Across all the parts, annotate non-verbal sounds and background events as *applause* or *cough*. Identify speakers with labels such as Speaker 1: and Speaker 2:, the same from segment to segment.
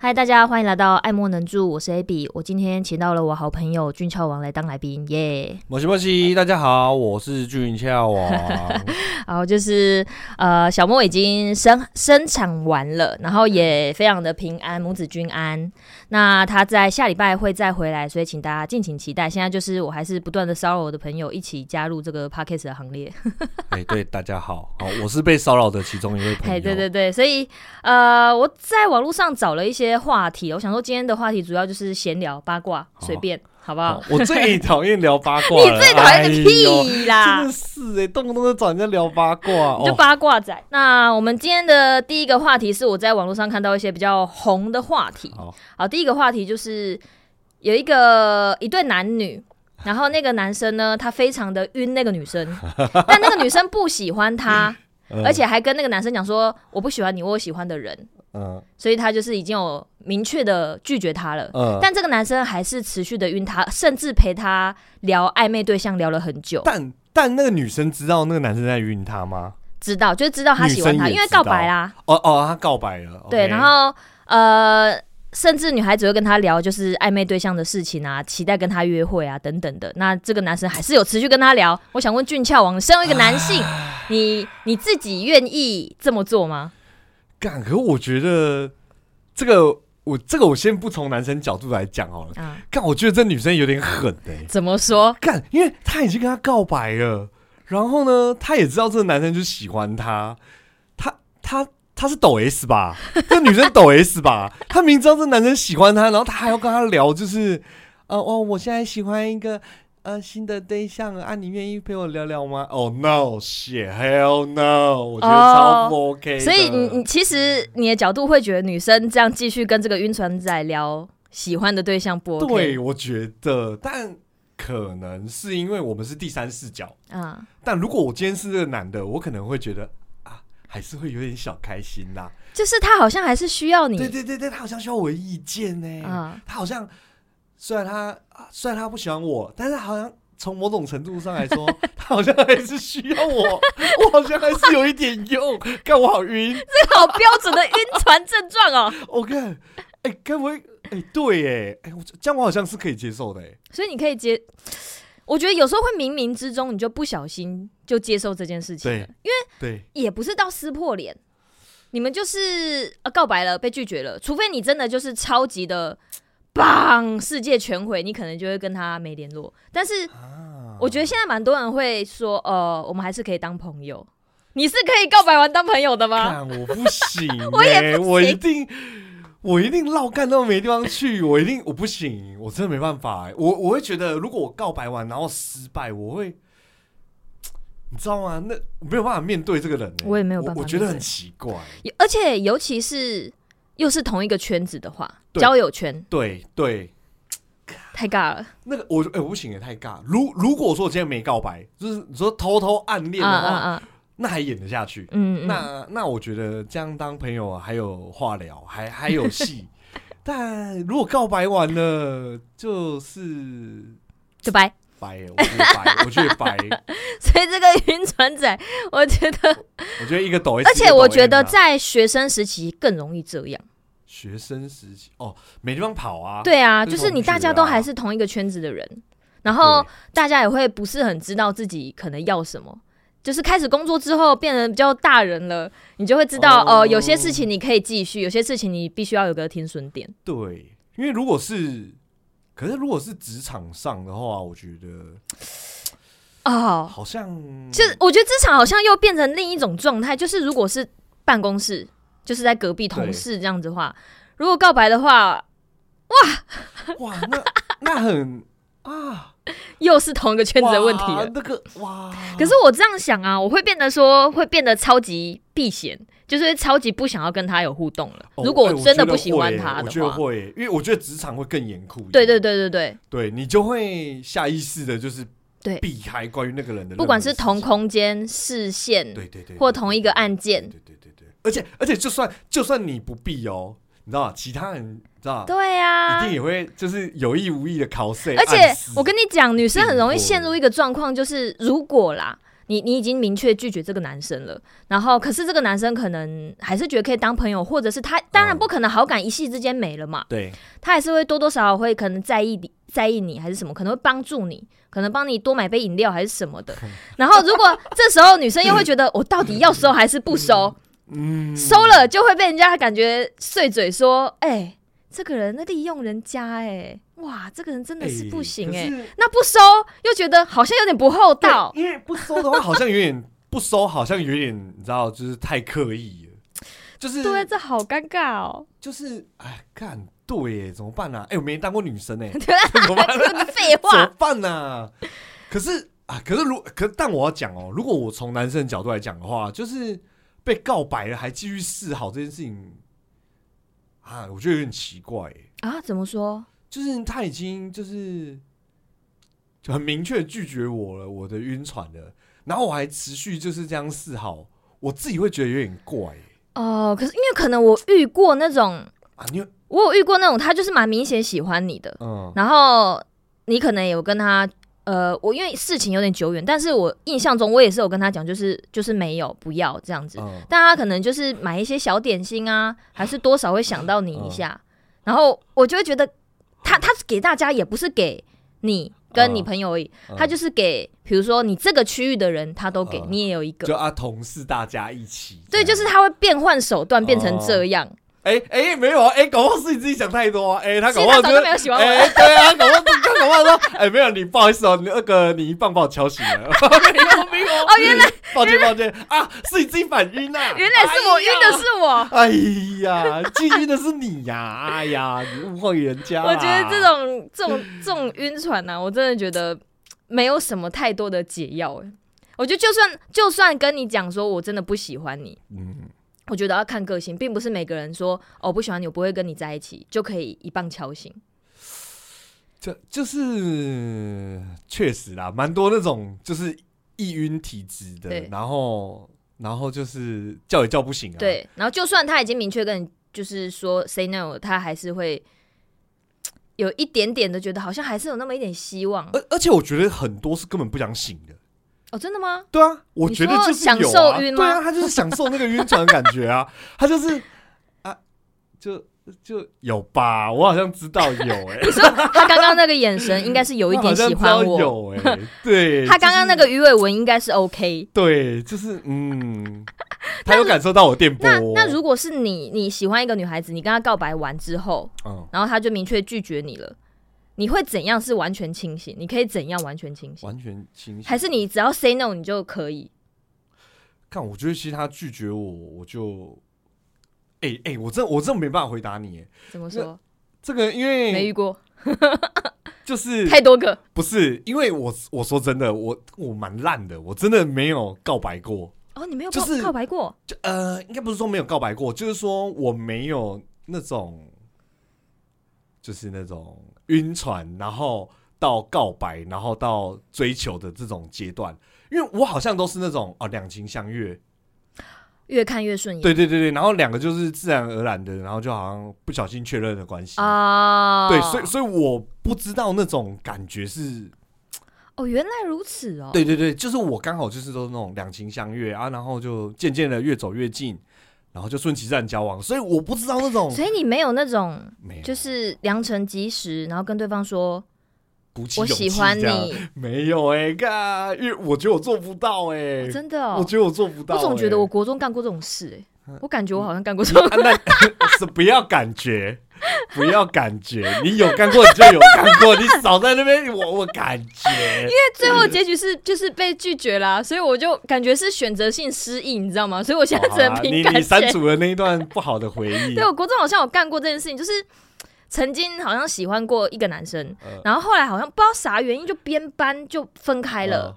Speaker 1: 嗨，大家欢迎来到爱莫能助，我是 AB。我今天请到了我好朋友俊俏王来当来宾，耶、
Speaker 2: 莫西莫西，大家好，我是俊
Speaker 1: *laughs*
Speaker 2: 俏王。
Speaker 1: 然后就是呃，小莫已经生生产完了，然后也非常的平安，母子均安。那他在下礼拜会再回来，所以请大家敬请期待。现在就是我还是不断的骚扰我的朋友一起加入这个 podcast 的行列。
Speaker 2: 哎、对，大家好，好，我是被骚扰的其中一位朋
Speaker 1: 嘿，
Speaker 2: 友。
Speaker 1: 哎对对对，所以呃，我在网络上找了一些话题，我想说今天的话题主要就是闲聊八卦，
Speaker 2: 好
Speaker 1: 随便好不
Speaker 2: 好
Speaker 1: 好？
Speaker 2: 哦我最讨厌聊八卦
Speaker 1: *laughs* 你
Speaker 2: 了，
Speaker 1: 最讨厌个
Speaker 2: 哎呦
Speaker 1: 屁啦！
Speaker 2: 真的是哎、动不动就找人家聊八卦
Speaker 1: 你就
Speaker 2: 哦。
Speaker 1: 八卦仔。那我们今天的第一个话题是我在网络上看到一些比较红的话题。
Speaker 2: 好，
Speaker 1: 好，第一个话题就是有一个一对男女，然后那个男生呢，他非常的晕那个女生， *laughs* 但那个女生不喜欢他，
Speaker 2: 嗯
Speaker 1: 而且还跟那个男生讲说我不喜欢你，我有喜欢的人，
Speaker 2: 嗯
Speaker 1: 所以他就是已经有明确的拒绝他了。
Speaker 2: 嗯，
Speaker 1: 但这个男生还是持续的晕他，甚至陪他聊暧昧对象聊了很久。
Speaker 2: 但但那个女生知道那个男生在晕她吗？
Speaker 1: 知道，就是知道他喜欢
Speaker 2: 女生
Speaker 1: 他，
Speaker 2: 也
Speaker 1: 因为
Speaker 2: 知
Speaker 1: 告
Speaker 2: 道
Speaker 1: 白啦。
Speaker 2: 哦哦，她告白了。
Speaker 1: 对，
Speaker 2: OK
Speaker 1: 然后呃，甚至女孩子会跟他聊就是暧昧对象的事情啊，期待跟他约会啊等等的。那这个男生还是有持续跟他聊。我想问俊俏王，身为一个男性，你你自己愿意这么做吗？
Speaker 2: 干，可我觉得这个我这个我先不从男生角度来讲好了。
Speaker 1: 啊，
Speaker 2: 干，我觉得这女生有点狠哎、
Speaker 1: *laughs* 怎么说？
Speaker 2: 干，因为他已经跟他告白了，然后呢，他也知道这个男生就喜欢他，他他他是抖 S 吧？这女生抖 S 吧？ *laughs* 他明知道这男生喜欢他，然后他还要跟他聊，就是，呃，哦，我现在喜欢一个。呃，新的对象啊，你愿意陪我聊聊吗？哦、no，shit，hell no，我觉得超不 OK 的、
Speaker 1: 哦所以你你其实你的角度会觉得女生这样继续跟这个晕船仔聊喜欢的对象不 OK？
Speaker 2: 对，我觉得，但可能是因为我们是第三视角，
Speaker 1: 啊，
Speaker 2: 但如果我今天是这个男的，我可能会觉得啊，还是会有点小开心啦。
Speaker 1: 就是他好像还是需要
Speaker 2: 对
Speaker 1: 你
Speaker 2: 对对对，他好像需要我的意见呢、
Speaker 1: 啊。
Speaker 2: 他好像虽然他啊虽然他不喜欢我，但是好像从某种程度上来 *laughs* 说，他好像还是需要我，我好像还是有一点用。看我好晕，
Speaker 1: 这好标准的晕船症状哦。
Speaker 2: 我看，哎、该不会哎、对哎哎、我这样我好像是可以接受的、哎，
Speaker 1: 所以你可以接，我觉得有时候会冥冥之中你就不小心就接受这件事情了，
Speaker 2: 对，因为对。
Speaker 1: 也不是到撕破脸，你们就是呃告白了被拒绝了，除非你真的就是超级的。棒！世界全毁，你可能就会跟他没联络。但是
Speaker 2: 啊
Speaker 1: 我觉得现在蛮多人会说，呃，我们还是可以当朋友。你是可以告白完当朋友的吗？
Speaker 2: 干我不
Speaker 1: *laughs*
Speaker 2: 行、欸，我一定，我一定绕干到没地方
Speaker 1: *laughs*
Speaker 2: 去，我一定我不行，我真的没办法、欸。我我会觉得，如果我告白完然后失败，我会，你知道吗？那我没有办法面对这个人、欸，
Speaker 1: 我也没有办法
Speaker 2: 我，我觉得
Speaker 1: 面对
Speaker 2: 很奇怪。
Speaker 1: 也而且尤其是又是同一个圈子的话，
Speaker 2: 对
Speaker 1: 交友圈
Speaker 2: 对对，
Speaker 1: 太尬了。
Speaker 2: 那个我哎、我不行、欸，太尬。如如果说我今天没告白，就是你说偷偷暗恋的话，
Speaker 1: 啊！
Speaker 2: 那还演得下去。
Speaker 1: 嗯嗯，
Speaker 2: 那那我觉得这样当朋友啊还有话聊，还还有
Speaker 1: *laughs*
Speaker 2: 戏。但如果告白完了，就是
Speaker 1: 就拜。
Speaker 2: 掰了，我觉得掰，我觉得掰，
Speaker 1: *laughs* 所以这个晕船仔，我觉得，
Speaker 2: 我觉得一个抖
Speaker 1: *laughs*
Speaker 2: S，
Speaker 1: 而且我觉得
Speaker 2: 一个抖 M 啊
Speaker 1: 在学生时期更容易这样。
Speaker 2: 学生时期哦，没地方跑啊，
Speaker 1: 对啊，
Speaker 2: 就
Speaker 1: 就是是你大家都还是同一个圈子的人，然后大家也会不是很知道自己可能要什么。就是开始工作之后，变得比较大人了，你就会知道，
Speaker 2: 哦
Speaker 1: 呃，有些事情你可以继续，有些事情你必须要有个停损点。
Speaker 2: 对对，因为如果是，可是如果是职场上的话，我觉得
Speaker 1: 哦，
Speaker 2: 好像
Speaker 1: 就是我觉得职场好像又变成另一种状态，就是如果是办公室，就是在隔壁同
Speaker 2: 对
Speaker 1: 事这样子的话，如果告白的话，
Speaker 2: 哇，那那很
Speaker 1: *laughs*
Speaker 2: 啊，
Speaker 1: 又是同一个圈子的问题
Speaker 2: 哇
Speaker 1: 了。
Speaker 2: 那个哇，
Speaker 1: 可是我这样想啊，我会变得说会变得超级避嫌，就是超级不想要跟他有互动了。
Speaker 2: 哦
Speaker 1: 如果
Speaker 2: 哎
Speaker 1: 我真的不喜欢他
Speaker 2: 我
Speaker 1: 的
Speaker 2: 觉得
Speaker 1: 话，
Speaker 2: 会耶、我觉得会耶因为我觉得职场会更严酷一点。
Speaker 1: 对对对对对
Speaker 2: 对，你就会下意识的就是
Speaker 1: 对
Speaker 2: 避开关于那个人的任何事情，
Speaker 1: 不管是同空间、视线，
Speaker 2: 对对对
Speaker 1: 或同一个案件
Speaker 2: 对对对对对，而且而且就算就算你不避哦，你知道吗其他人你知道吗
Speaker 1: 对啊
Speaker 2: 一定。也会就是有意无意的考试，
Speaker 1: 而且
Speaker 2: 暗示
Speaker 1: 我跟你讲，女生很容易陷入一个状况，就是如果啦，你你已经明确拒绝这个男生了，然后可是这个男生可能还是觉得可以当朋友，或者是他当然
Speaker 2: 嗯
Speaker 1: 不可能好感一夕之间没了嘛，
Speaker 2: 对，
Speaker 1: 他还是会多多少少会可能在意你， *laughs* 在意你还是什么，可能会帮助你，可能帮你多买杯饮料还是什么
Speaker 2: *laughs*
Speaker 1: 的。然后如果这时候女生又会觉得我到底要收还是不收，
Speaker 2: 嗯，
Speaker 1: 收了就会被人家感觉碎嘴说，哎、这个人那利用人家、哎，哇，这个人真的是不行哎、
Speaker 2: 可是
Speaker 1: 那不收又觉得好像有点不厚道，
Speaker 2: 因为不收的话，好像有点不收，好像有点你知道，就是太刻意了，就是
Speaker 1: 对，这好尴尬
Speaker 2: *laughs*
Speaker 1: 哦。
Speaker 2: 就是哎，干对耶，怎么办呢、啊？哎、我没当过
Speaker 1: *laughs*
Speaker 2: 女生哎，怎么办、啊？
Speaker 1: 废
Speaker 2: 怎么
Speaker 1: 话，
Speaker 2: 办呢、可是啊，可是如可但我要讲哦，如果我从男生的角度来讲的话，就是被告白了还继续示好这件事情啊，我觉得有点奇怪耶，
Speaker 1: 啊，怎么说？
Speaker 2: 就是他已经就是就很明确地拒绝我了，我的晕船了，然后我还持续就是这样示好，我自己会觉得有点怪耶
Speaker 1: 哦、可是因为可能我遇过那种，
Speaker 2: 啊，因为
Speaker 1: 我有遇过那种，他就是蛮明显喜欢你的，
Speaker 2: 嗯
Speaker 1: 然后你可能有跟他，呃，我因为事情有点久远，但是我印象中我也是有跟他讲，就是就是没有不要这样子，
Speaker 2: 嗯，
Speaker 1: 但他可能就是买一些小点心啊，还是多少会想到你一下，然后我就会觉得他他给大家也不是给你跟你
Speaker 2: 嗯
Speaker 1: 朋友而已，
Speaker 2: 嗯
Speaker 1: 他就是给，比如说你这个区域的人，他都给、
Speaker 2: 嗯
Speaker 1: 你也有一个
Speaker 2: 就，啊，同事大家一起这
Speaker 1: 对，
Speaker 2: 样，
Speaker 1: 就是他会变换手段变成这样，
Speaker 2: 哎哎、没有啊，哎、搞不好是你自己想太多啊，哎、他
Speaker 1: 其
Speaker 2: 搞
Speaker 1: 实他
Speaker 2: 不好
Speaker 1: 早
Speaker 2: 就
Speaker 1: 就是没有喜欢我了。
Speaker 2: 哎、对啊，搞不好他搞不好说，哎、没有，你不好意思哦，你那个你一棒把我敲醒
Speaker 1: *laughs*
Speaker 2: 了，没有没有，哦，原来抱歉抱歉啊，是你自己反晕呐、
Speaker 1: 原来是我晕的是我，
Speaker 2: 哎呀，哎呀，进晕的是你呀、哎呀，你误会人家啊啦，
Speaker 1: 我觉得这种这种啊 *laughs* 这种晕船呢、我真的觉得没有什么太多的解药哎。我觉得就算就算跟你讲说我真的不喜欢你，
Speaker 2: 嗯，
Speaker 1: 我觉得要看个性，并不是每个人说哦不喜欢你，我不会跟你在一起就可以一棒敲醒。
Speaker 2: 这就是确实啦，蛮多那种就是易晕体质的
Speaker 1: 对，
Speaker 2: 然后然后就是叫也叫不醒啊，，
Speaker 1: 对，然后就算他已经明确跟你就是说 say no，他还是会嘖有一点点的觉得好像还是有那么一点希望。
Speaker 2: 而而且我觉得很多是根本不想醒的。
Speaker 1: 哦，真的吗？
Speaker 2: 对啊，我觉得就是
Speaker 1: 享
Speaker 2: 有
Speaker 1: 受
Speaker 2: 啊
Speaker 1: 晕吗
Speaker 2: 对啊，他就是享受那个晕船的感觉啊， *laughs* 他就是啊，就就有吧，我好像知道有哎、欸，
Speaker 1: 他刚刚那个眼神应该是 *laughs* 有一点
Speaker 2: 好像
Speaker 1: 喜 *laughs*
Speaker 2: 知
Speaker 1: 欢
Speaker 2: 道
Speaker 1: 我。
Speaker 2: 有哎、 *laughs* 对，
Speaker 1: 他刚刚那个鱼尾纹应该是 OK。
Speaker 2: 对，就是
Speaker 1: *laughs*
Speaker 2: 嗯，他有感受到我电波，
Speaker 1: 那那如果是你，你喜欢一个女孩子，你跟她告白完之后，
Speaker 2: 嗯，
Speaker 1: 然后她就明确拒绝你了，你会怎样是完全清醒？你可以怎样完全清醒？
Speaker 2: 完全清醒，
Speaker 1: 还是你只要 say no 你就可以？
Speaker 2: 看，我觉得其实他拒绝我，我就。哎、哎、我真我真没办法回答你欸。
Speaker 1: 怎么说？
Speaker 2: 这个因
Speaker 1: 没
Speaker 2: 为
Speaker 1: 遇过
Speaker 2: 就是
Speaker 1: 太多个
Speaker 2: 不是因为我我说真的，我我蛮烂的，我真的没有告白过。
Speaker 1: 哦，你没有
Speaker 2: 就
Speaker 1: 告
Speaker 2: 是
Speaker 1: 告白过
Speaker 2: 就呃，应该不是说没有告白过，就是说我没有那种，就是那种晕船，然后到告白，然后到追求的这种阶段。因为我好像都是那种哦，两情相悦，
Speaker 1: 越看越顺眼
Speaker 2: 对对对对，然后两个就是自然而然的，然后就好像不小心确认的关系。
Speaker 1: 啊
Speaker 2: 对，所以所以我不知道那种感觉是，
Speaker 1: 哦，原来如此哦。
Speaker 2: 对对对，就是我刚好就是都是那种两情相悦啊，然后就渐渐的越走越近，然后就顺其自然交往，所以我不知道那种
Speaker 1: 所以你没有那种
Speaker 2: 没有
Speaker 1: 就是良辰吉时，然后跟对方说
Speaker 2: 鼓起
Speaker 1: 我
Speaker 2: 勇气
Speaker 1: 喜欢
Speaker 2: 这样
Speaker 1: 你，，
Speaker 2: 没有哎、干，因为我觉得我做不到哎、
Speaker 1: 哦真的哦
Speaker 2: 我。觉得我做不到、
Speaker 1: 我
Speaker 2: 欸，嗯
Speaker 1: 总觉得我国中干过这种事，哎，我感觉我好像干过这种
Speaker 2: 啊那 *laughs* 是不要感觉，不要感觉，你有干过你就有干过，你少在那边我我感觉，
Speaker 1: 最后结局是就是被拒绝啦，所以我就感觉是选择性失忆，你知道吗？所以我现在只
Speaker 2: 好
Speaker 1: 能
Speaker 2: 啊
Speaker 1: 凭
Speaker 2: 你
Speaker 1: 感
Speaker 2: 你删
Speaker 1: 觉。
Speaker 2: 除了那一段不好的回忆
Speaker 1: 对，，我国中好像有干过这件事情，就是曾经好像喜欢过一个男生，
Speaker 2: 嗯
Speaker 1: 然后后来好像不知道啥原因就编班就分开了，
Speaker 2: 嗯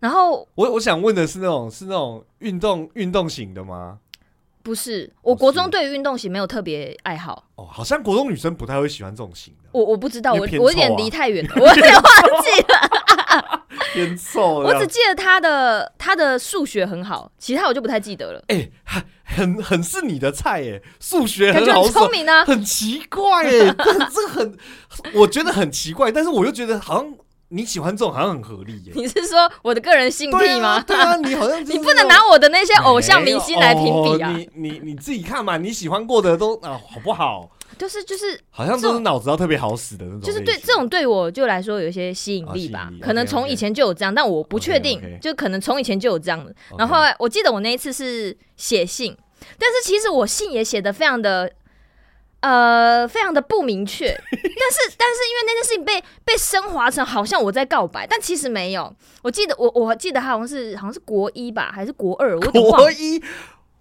Speaker 1: 然后
Speaker 2: 我我想问的是那种是那种运动运动型的吗？
Speaker 1: 不是我
Speaker 2: 哦
Speaker 1: 国
Speaker 2: 是
Speaker 1: 中对于运动型没有特别爱好。
Speaker 2: 哦，好像国中女生不太会喜欢这种型的，啊
Speaker 1: 我我不知道，
Speaker 2: 因
Speaker 1: 我
Speaker 2: 为偏
Speaker 1: 我有点
Speaker 2: 臭啊
Speaker 1: 离太远了，我有
Speaker 2: *laughs*
Speaker 1: 点忘记了。
Speaker 2: 偏瘦
Speaker 1: *laughs* 我
Speaker 2: 的
Speaker 1: 只。记得他的他的数学很好，其他我就不太记得了。
Speaker 2: 哎、很很很是你的菜耶，数学
Speaker 1: 感
Speaker 2: 很
Speaker 1: 觉
Speaker 2: *laughs* 好
Speaker 1: 很
Speaker 2: 手
Speaker 1: 聪，明啊， *laughs*
Speaker 2: 很奇怪哎、这这很，我觉得很奇怪，但是我又觉得好像你喜欢这种好像很合理耶、
Speaker 1: 你是说我的个人性
Speaker 2: 对
Speaker 1: 癖
Speaker 2: 啊
Speaker 1: 吗？
Speaker 2: 对啊，你好像就
Speaker 1: *laughs*
Speaker 2: 是
Speaker 1: 你不能
Speaker 2: 那种
Speaker 1: 拿我的那些偶像明星来评比啊
Speaker 2: 没！有哦你你你自己看嘛，你喜欢过的都啊好不好？
Speaker 1: 就是就是
Speaker 2: 好像
Speaker 1: 这
Speaker 2: 都是
Speaker 1: 种
Speaker 2: 脑子要特别好使的那种类
Speaker 1: 就
Speaker 2: 型。
Speaker 1: 是对这种对我就来说有一些吸引力
Speaker 2: 啊
Speaker 1: 吧
Speaker 2: 吸引，力
Speaker 1: 可能
Speaker 2: OK，OK
Speaker 1: 从以前就有这样，但我不确定
Speaker 2: OK，OK，
Speaker 1: 就可能从以前就有这样的。
Speaker 2: OK，
Speaker 1: 然后后来我记得我那一次是写信，但是其实我信也写的非常的。呃，非常的不明确， *laughs* 但是但是因为那件事情被被升华成好像我在告白，但其实没有。我记得我我记得好像是好像是国一吧，还是国二，我有点忘
Speaker 2: 国
Speaker 1: 了，
Speaker 2: 一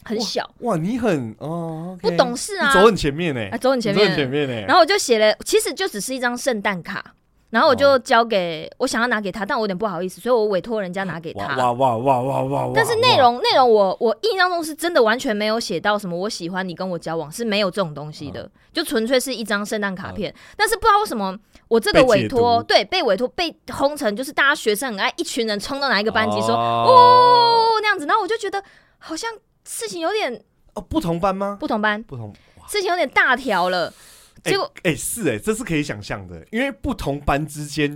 Speaker 1: 很小，
Speaker 2: 哇，你很哦，
Speaker 1: 不懂事啊
Speaker 2: 你走很前面呢、
Speaker 1: 啊，走你前
Speaker 2: 你走
Speaker 1: 面，
Speaker 2: 很前面呢、
Speaker 1: 然后我就写了，其实就只是一张圣诞卡，然后我
Speaker 2: 哦
Speaker 1: 就交给、我想要拿给他，但我有点不好意思，所以我委托人家拿给
Speaker 2: 哇
Speaker 1: 他。
Speaker 2: 哇哇哇哇哇哇！
Speaker 1: 但是内容内容我我印象中是真的完全没有写到什么我喜欢你跟我交往是没有这种东西的，
Speaker 2: 嗯
Speaker 1: 就纯粹是一张圣诞卡片。但是不知道为什么我这个委托
Speaker 2: 被解读
Speaker 1: 对被委托被轰成就是大家学生很爱一群人冲到哪一
Speaker 2: 一
Speaker 1: 个班级说
Speaker 2: 哦
Speaker 1: 哦那样子，然后我就觉得好像事情有点
Speaker 2: 哦，不同班吗？
Speaker 1: 不同班，
Speaker 2: 不同哇，
Speaker 1: 事情有点大条了，
Speaker 2: 哎
Speaker 1: 结果
Speaker 2: 哎、是哎、这是可以想象的，因为不同班之间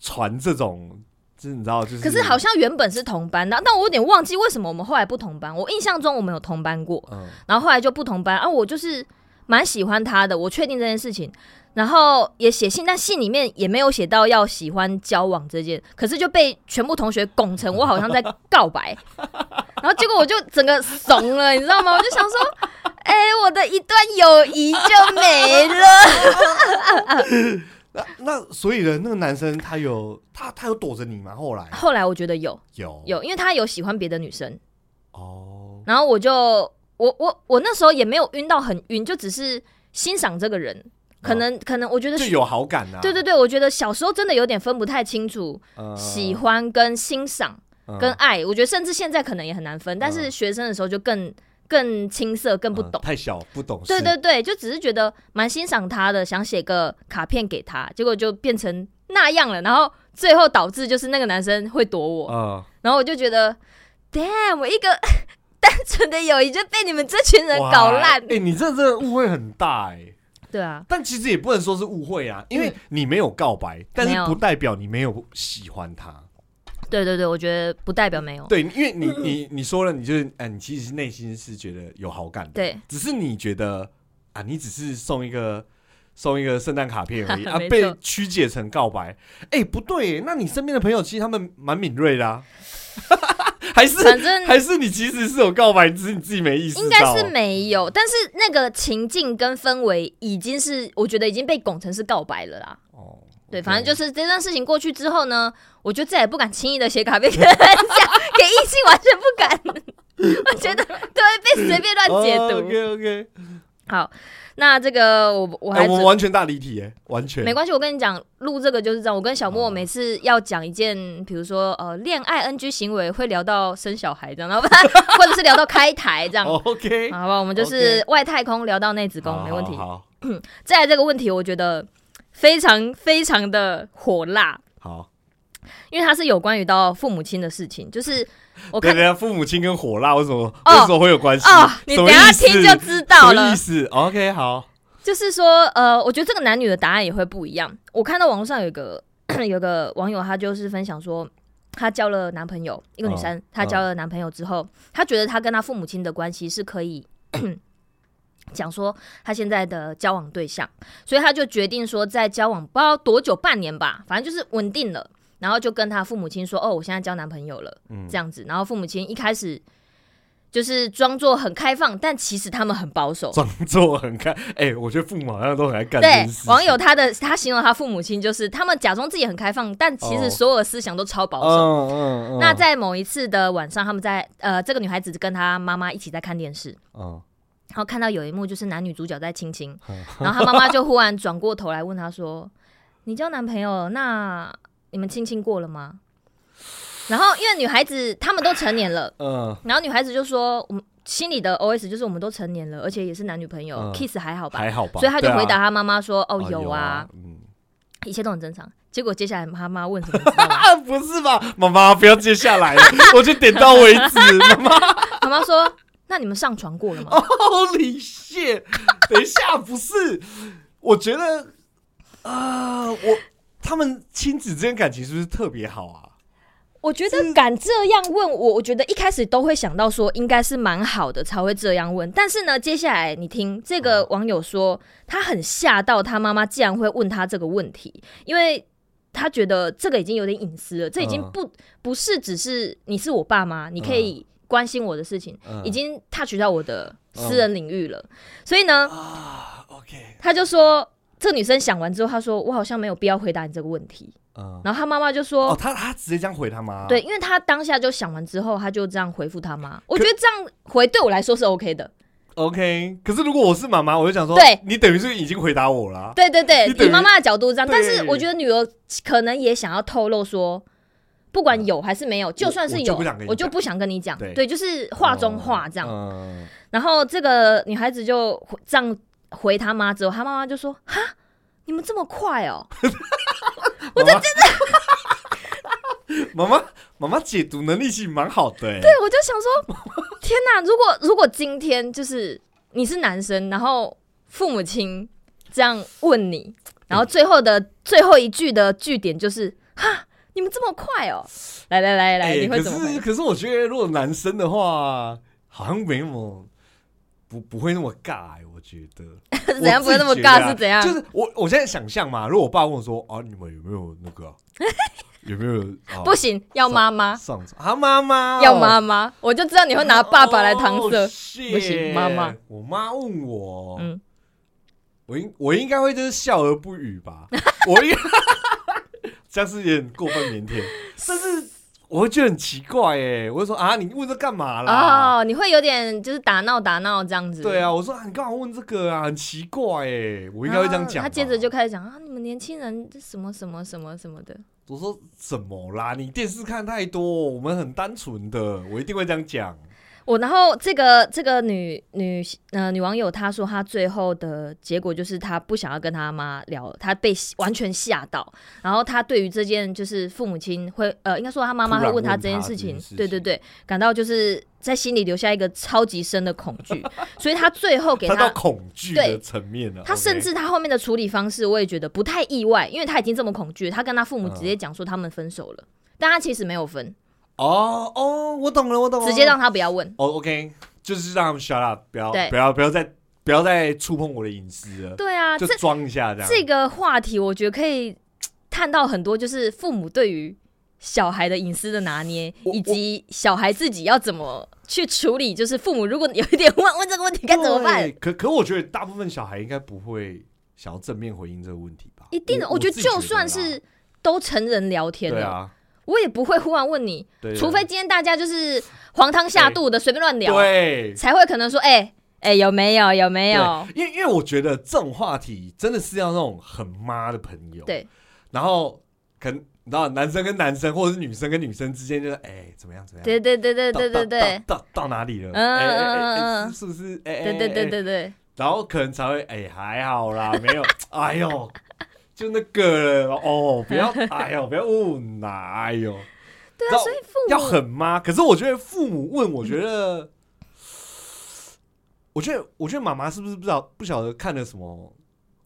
Speaker 2: 传这种，就是你知道，就是
Speaker 1: 可是好像原本是同班的，但我有点忘记为什么我们后来不同班。我印象中我们有同班过，
Speaker 2: 嗯
Speaker 1: 然后后来就不同班。啊，我就是蛮喜欢他的，我确定这件事情，然后也写信，但信里面也没有写到要喜欢交往这件，可是就被全部同学拱成我好像在告白， *laughs* 然后结果我就整个怂了，你知道吗？我就想说，哎、我的一段友谊就没了。
Speaker 2: 那那所以呢，那个男生他有他他有躲着你吗？后来
Speaker 1: 后来我觉得有
Speaker 2: 有
Speaker 1: 有，因为他有喜欢别的女生。
Speaker 2: 哦，
Speaker 1: 然后我就我我我那时候也没有晕到很晕，就只是欣赏这个人，可能、可能我觉得
Speaker 2: 哦就有好感呐、啊，
Speaker 1: 对对对，我觉得小时候真的有点分不太清楚、
Speaker 2: 嗯，
Speaker 1: 喜欢跟欣赏
Speaker 2: 嗯
Speaker 1: 跟爱，我觉得甚至现在可能也很难分，但是学生的时候就更更青涩，更不
Speaker 2: 嗯
Speaker 1: 懂。
Speaker 2: 太小不懂事，
Speaker 1: 对对对，就只是觉得蛮欣赏他的，想写个卡片给他，结果就变成那样了，然后最后导致就是那个男生会躲我，
Speaker 2: 嗯，
Speaker 1: 然后我就觉得，damn，我一个 *laughs* 单纯的友谊就被你们这群人搞
Speaker 2: 哇
Speaker 1: 烂
Speaker 2: 哎、。你这真的误会很大哎、
Speaker 1: 对啊，
Speaker 2: 但其实也不能说是误会啊，因为
Speaker 1: 嗯
Speaker 2: 你没有告白，但
Speaker 1: 没有
Speaker 2: 是不代表你没有喜欢他。
Speaker 1: 对对对，我觉得不代表没有。
Speaker 2: 对，因为你
Speaker 1: 嗯
Speaker 2: 你你说了，你就是哎、你其实内心是觉得有好感的，
Speaker 1: 对，
Speaker 2: 只是你觉得啊，你只是送一个送一个圣诞卡片
Speaker 1: *laughs*
Speaker 2: 而已啊，
Speaker 1: 没错
Speaker 2: 被曲解成告白。哎、不对，那你身边的朋友其实他们蛮敏锐的、
Speaker 1: *laughs*
Speaker 2: 啊，还是
Speaker 1: 反正
Speaker 2: 还是你其实是有告白，只是你自己没意识到。
Speaker 1: 应该是没有，但是那个情境跟氛围已经是，我觉得已经被拱成是告白了啦。
Speaker 2: 哦，
Speaker 1: 对，
Speaker 2: OK
Speaker 1: 反正就是这件事情过去之后呢，我就再也不敢轻易的写卡片给人家， *laughs* 给异性完全不敢。
Speaker 2: *laughs*
Speaker 1: 我觉得都会被随便乱解读。
Speaker 2: OK OK，
Speaker 1: 好，那这个我我
Speaker 2: 哎我
Speaker 1: 还
Speaker 2: 我
Speaker 1: 准
Speaker 2: 们完全大离题耶，完全
Speaker 1: 没关系，我跟你讲，录这个就是这样。我跟小莫
Speaker 2: 哦
Speaker 1: 每次要讲一件，比如说呃恋爱 NG 行为，会聊到生小孩这样，然后 *laughs* 或者是聊到开台这样。
Speaker 2: 哦 OK，
Speaker 1: 好吧，我们就是外太空聊到内子宫，
Speaker 2: 好
Speaker 1: 哦没问题。
Speaker 2: 好
Speaker 1: 再来这个问题，我觉得非常非常的火辣，
Speaker 2: 好，
Speaker 1: 因为它是有关于到父母亲的事情，就是我
Speaker 2: 对
Speaker 1: 看
Speaker 2: 对，父母亲跟火辣为什么
Speaker 1: 哦
Speaker 2: 为什么会有关系？
Speaker 1: 哦，你
Speaker 2: 什
Speaker 1: 等
Speaker 2: 么
Speaker 1: 一下
Speaker 2: 意思
Speaker 1: 听就知道
Speaker 2: 什么
Speaker 1: 了
Speaker 2: 意。思？OK，好，
Speaker 1: 就是说，呃，我觉得这个男女的答案也会不一样。我看到网络上有一个 *clears throat* 有个网友，他就是分享说，她交了男朋友，一个女
Speaker 2: 嗯
Speaker 1: 生，她交了男朋友之后，她觉得她跟她父母亲的关系是可以 *clears throat* 讲说她现在的交往对象，所以她就决定说，在交往不知道多久，半年吧，反正就是稳定了，然后就跟她父母亲说，哦，我现在交男朋友了，
Speaker 2: 嗯 *laughs*
Speaker 1: 这样子。然后父母亲一开始。就是装作很开放，但其实他们很保守。
Speaker 2: 装作很看，哎，我觉得父母好像都很爱干这
Speaker 1: 对
Speaker 2: 件事，情。
Speaker 1: 网友他的他形容他父母亲就是他们假装自己很开放，但其实
Speaker 2: 哦
Speaker 1: 所有的思想都超保守。
Speaker 2: 嗯嗯嗯，
Speaker 1: 那在某一次的晚上，他们在呃，这个女孩子跟她妈妈一起在看电视，
Speaker 2: 嗯
Speaker 1: 然后看到有一幕就是男女主角在亲亲，
Speaker 2: 嗯
Speaker 1: 然后她妈妈就忽然转过头来问她说：“你交男朋友，那你们亲亲过了吗？”然后因为女孩子他们都成年了，
Speaker 2: 嗯
Speaker 1: 然后女孩子就说：“我们心里的 OS 就是我们都成年了，而且也是男女朋友、
Speaker 2: 嗯
Speaker 1: k i s s 还好吧？”
Speaker 2: 还好吧，
Speaker 1: 所以她就
Speaker 2: 对啊
Speaker 1: 回答她妈妈说：“哦，
Speaker 2: 哦
Speaker 1: 有啊。”，
Speaker 2: 嗯
Speaker 1: 一切都很正常。结果接下来妈妈问什么，你知道吗？
Speaker 2: 啊，不是吧，妈妈不要接下
Speaker 1: *laughs*
Speaker 2: 来了，我就点到为止，妈妈
Speaker 1: 妈妈说：“那你们上床过了吗
Speaker 2: 哦 Holy *laughs* shit！等一下，不是，我觉得啊、我他们亲子之间感情是不是特别好啊？
Speaker 1: 我觉得敢这样问我，我觉得一开始都会想到说应该是蛮好的才会这样问。但是呢，接下来你听这
Speaker 2: 嗯
Speaker 1: 个网友说，他很吓到他妈妈竟然会问他这个问题，因为他觉得这个已经有点隐私了，这已经
Speaker 2: 嗯
Speaker 1: 不不是只是你是我爸妈，你可以关心我的事情，
Speaker 2: 嗯
Speaker 1: 已经 touch 到我的私
Speaker 2: 嗯
Speaker 1: 人领域了。所以呢，
Speaker 2: 啊，OK，
Speaker 1: 他就说这个女生想完之后，她说我好像没有必要回答你这个问题。
Speaker 2: 嗯，
Speaker 1: 然后她妈妈就说
Speaker 2: 哦，啊他他直接这样回他妈，
Speaker 1: 对，，因为他当下就想完之后，他就这样回复他妈。我觉得这样回对我来说是 OK 的。
Speaker 2: OK，可是如果我是妈妈，我就想说，
Speaker 1: 对
Speaker 2: 你等于是已经回答我了啊、
Speaker 1: 对对对
Speaker 2: 你，等
Speaker 1: 以
Speaker 2: 于
Speaker 1: 妈妈的角度是这样，但是
Speaker 2: 对
Speaker 1: 我觉得女儿可能也想要透露说，不管有还是没有，就算是有
Speaker 2: 啊我就不想跟，你
Speaker 1: 我就不想跟你讲。
Speaker 2: 对
Speaker 1: 对，就是话中话这样。
Speaker 2: 嗯，
Speaker 1: 然后这个女孩子就回这样回他妈之后，他妈妈就说：“哈，你们这么快哦？
Speaker 2: 我这真的，妈 *laughs* 妈妈妈解读能力其实蛮好的、欸，对
Speaker 1: 对，我就想说，天哪！如果如果今天就是你是男生，然后父母亲这样问你，然后最后的最后一句的句点就是哈，你们这么快哦！来来来来，你会
Speaker 2: 哎可
Speaker 1: 怎么回
Speaker 2: 是？
Speaker 1: *laughs*
Speaker 2: 可是我觉得如果男生的话，好像没那么不不会那么尬、欸，我觉得。
Speaker 1: 是怎样
Speaker 2: 我
Speaker 1: 不会那么
Speaker 2: 自己觉得
Speaker 1: 尬？
Speaker 2: 啊
Speaker 1: 是怎样？
Speaker 2: 就是我我现在想象嘛，如果我爸问我说啊，你们有没有那
Speaker 1: *laughs*
Speaker 2: 个啊、有没有啊？
Speaker 1: 不行，要妈妈，
Speaker 2: 上啊妈妈哦、
Speaker 1: 要妈妈，我就知道你会拿爸爸来搪塞。
Speaker 2: 塞
Speaker 1: 不行妈妈。
Speaker 2: Oh, 我妈问我，
Speaker 1: 嗯
Speaker 2: 我应我应该会就是笑而不语吧， *laughs* 我应 *laughs* 这样是有点过分
Speaker 1: *laughs*
Speaker 2: 腼腆，但是我会觉得很奇怪哎，我就说啊，你问这干嘛啦？
Speaker 1: 哦，你会有点就是打闹打闹这样子。
Speaker 2: 对啊，我说啊，你干嘛问这个啊？很奇怪哎，我应该会这样
Speaker 1: 啊然后
Speaker 2: 讲吧。
Speaker 1: 他接着就开始讲啊，你们年轻人这什么什么什么什么的。
Speaker 2: 我说怎么啦？你电视看太多，我们很单纯的，我一定会这样讲。
Speaker 1: 我然后这个这个女女呃女网友她说她最后的结果就是她不想要跟她妈聊，她被完全吓到。然后她对于这件就是父母亲会呃应该说她妈妈
Speaker 2: 突
Speaker 1: 会
Speaker 2: 然
Speaker 1: 问她
Speaker 2: 问
Speaker 1: 这件
Speaker 2: 她
Speaker 1: 事
Speaker 2: 这
Speaker 1: 情
Speaker 2: 件，事
Speaker 1: 对对对，感到就是在心里留下一个超级深的恐惧， *laughs* 所以她最后给
Speaker 2: 他到
Speaker 1: 她。
Speaker 2: 恐惧
Speaker 1: 对
Speaker 2: 的层面了，
Speaker 1: 她
Speaker 2: OK
Speaker 1: 甚至她后面的处理方式，我也觉得不太意外，因为她已经这么恐惧，她跟她父
Speaker 2: 嗯
Speaker 1: 母直接讲说他们分手了，但她其实没有分，
Speaker 2: 哦哦，我懂了，我懂了，
Speaker 1: 直接让她不要问。
Speaker 2: 哦、o k 就是让他们 shut up，不要
Speaker 1: 对
Speaker 2: 不要不要再不要再触碰我的隐私了，
Speaker 1: 对啊，
Speaker 2: 就
Speaker 1: 这
Speaker 2: 装一下这样。
Speaker 1: 这个话题，我觉得可以探到很多，就是父母对于小孩的隐私的拿捏，
Speaker 2: 我
Speaker 1: 以及小孩自己要怎么去处理。就是父母如果有一点问问这个问题该怎么办
Speaker 2: 对？？可可我觉得大部分小孩应该不会想要正面回应这个问题吧？
Speaker 1: 一定的，
Speaker 2: 我
Speaker 1: 觉
Speaker 2: 自
Speaker 1: 得
Speaker 2: 己觉
Speaker 1: 就算
Speaker 2: 啦
Speaker 1: 是都成人聊天
Speaker 2: 对
Speaker 1: 了，
Speaker 2: 啊，
Speaker 1: 我也不会忽然问你，
Speaker 2: 对，对
Speaker 1: 除非今天大家就是黄汤下肚的随便乱聊，
Speaker 2: 对。
Speaker 1: 才会可能说，哎、哎、有没有？有没有？
Speaker 2: 对因为因为我觉得这种话题真的是要那种很妈的朋友，
Speaker 1: 对，
Speaker 2: 然后可能你知道男生跟男生或者是女生跟女生之间就是哎、怎么样怎么样，
Speaker 1: 对对对对
Speaker 2: 到
Speaker 1: 对对
Speaker 2: 到
Speaker 1: 对，
Speaker 2: 到到到哪里了？
Speaker 1: 嗯嗯
Speaker 2: 哎哎哎
Speaker 1: 嗯
Speaker 2: 哎
Speaker 1: 嗯嗯
Speaker 2: 是是不是？哎、哎
Speaker 1: 对对
Speaker 2: 哎
Speaker 1: 对对对，
Speaker 2: 然后可能才会哎、还好啦，没有，哎呦，就那个了哦，不要，哎呦，不要问啦、哎呦，
Speaker 1: 对
Speaker 2: 到
Speaker 1: 啊，所以父
Speaker 2: 要
Speaker 1: 母
Speaker 2: 狠吗？可是我觉得父母问，我觉得，我觉得，我觉得妈妈是不是不知道不晓得看了什么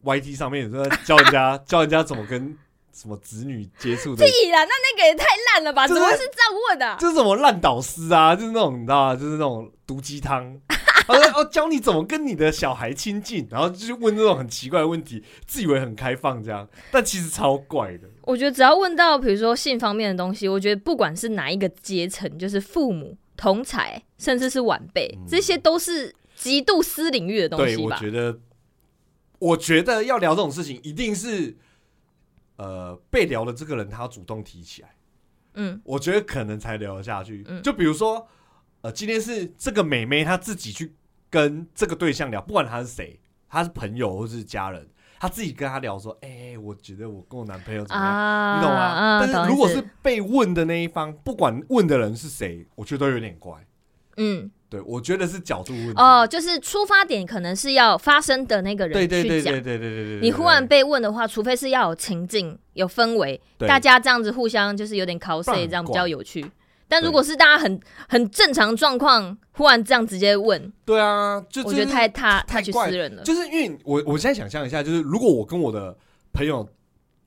Speaker 2: YT 上面有时候在教人家教人家怎么跟什么子女接触的，
Speaker 1: 屁啦，那那个也太烂了吧？
Speaker 2: 就
Speaker 1: 怎
Speaker 2: 是
Speaker 1: 么会是这样问的啊？
Speaker 2: *laughs* 就是什么烂导师啊，就是那种你知道吗？就是那种毒鸡汤。 *laughs* 他说：“哦，教你怎么跟你的小孩亲近，然后就是问这种很奇怪的问题，自以为很开放这样，但其实超怪的。
Speaker 1: 我觉得只要问到比如说性方面的东西，我觉得不管是哪一个阶层，就是父母、同才，甚至是晚辈，
Speaker 2: 嗯
Speaker 1: 这些都是极度私领域的东
Speaker 2: 对，
Speaker 1: 西
Speaker 2: 我
Speaker 1: 吧？
Speaker 2: 觉得，我觉得要聊这种事情，一定是呃被聊的这个人他主动提起来，
Speaker 1: 嗯，
Speaker 2: 我觉得可能才聊得下去。
Speaker 1: 嗯
Speaker 2: 就比如说，呃，今天是这个美眉她自己去跟这个对象聊，不管她是谁，她是朋友或是家人，她自己跟他聊说，哎、我觉得我跟我男朋友怎么样。
Speaker 1: 啊
Speaker 2: 你懂吗？
Speaker 1: 啊，
Speaker 2: 但
Speaker 1: 懂
Speaker 2: 是如果
Speaker 1: 意思
Speaker 2: 是被问的那一方，不管问的人是谁，我觉得都有点怪。
Speaker 1: 嗯
Speaker 2: 对，我觉得是角度问题。
Speaker 1: 哦，就是出发点可能是要发生的那个人
Speaker 2: 对对对
Speaker 1: 去
Speaker 2: 对对
Speaker 1: 讲。
Speaker 2: 对对对。
Speaker 1: 你
Speaker 2: 对
Speaker 1: 忽然被问的话，除非是要有情境、有氛围，
Speaker 2: 对
Speaker 1: 大家这样子互相就是有点 cos，
Speaker 2: 不然很
Speaker 1: 这样比
Speaker 2: 怪
Speaker 1: 较有趣。但如果是大家很很正常状况，忽然这样直接问，
Speaker 2: 对啊，就
Speaker 1: 我觉
Speaker 2: 就
Speaker 1: 得
Speaker 2: 是
Speaker 1: 太他
Speaker 2: 太
Speaker 1: 去
Speaker 2: 怪
Speaker 1: 私人了。
Speaker 2: 就是因为我我现在想象一下，就是如果我跟我的朋友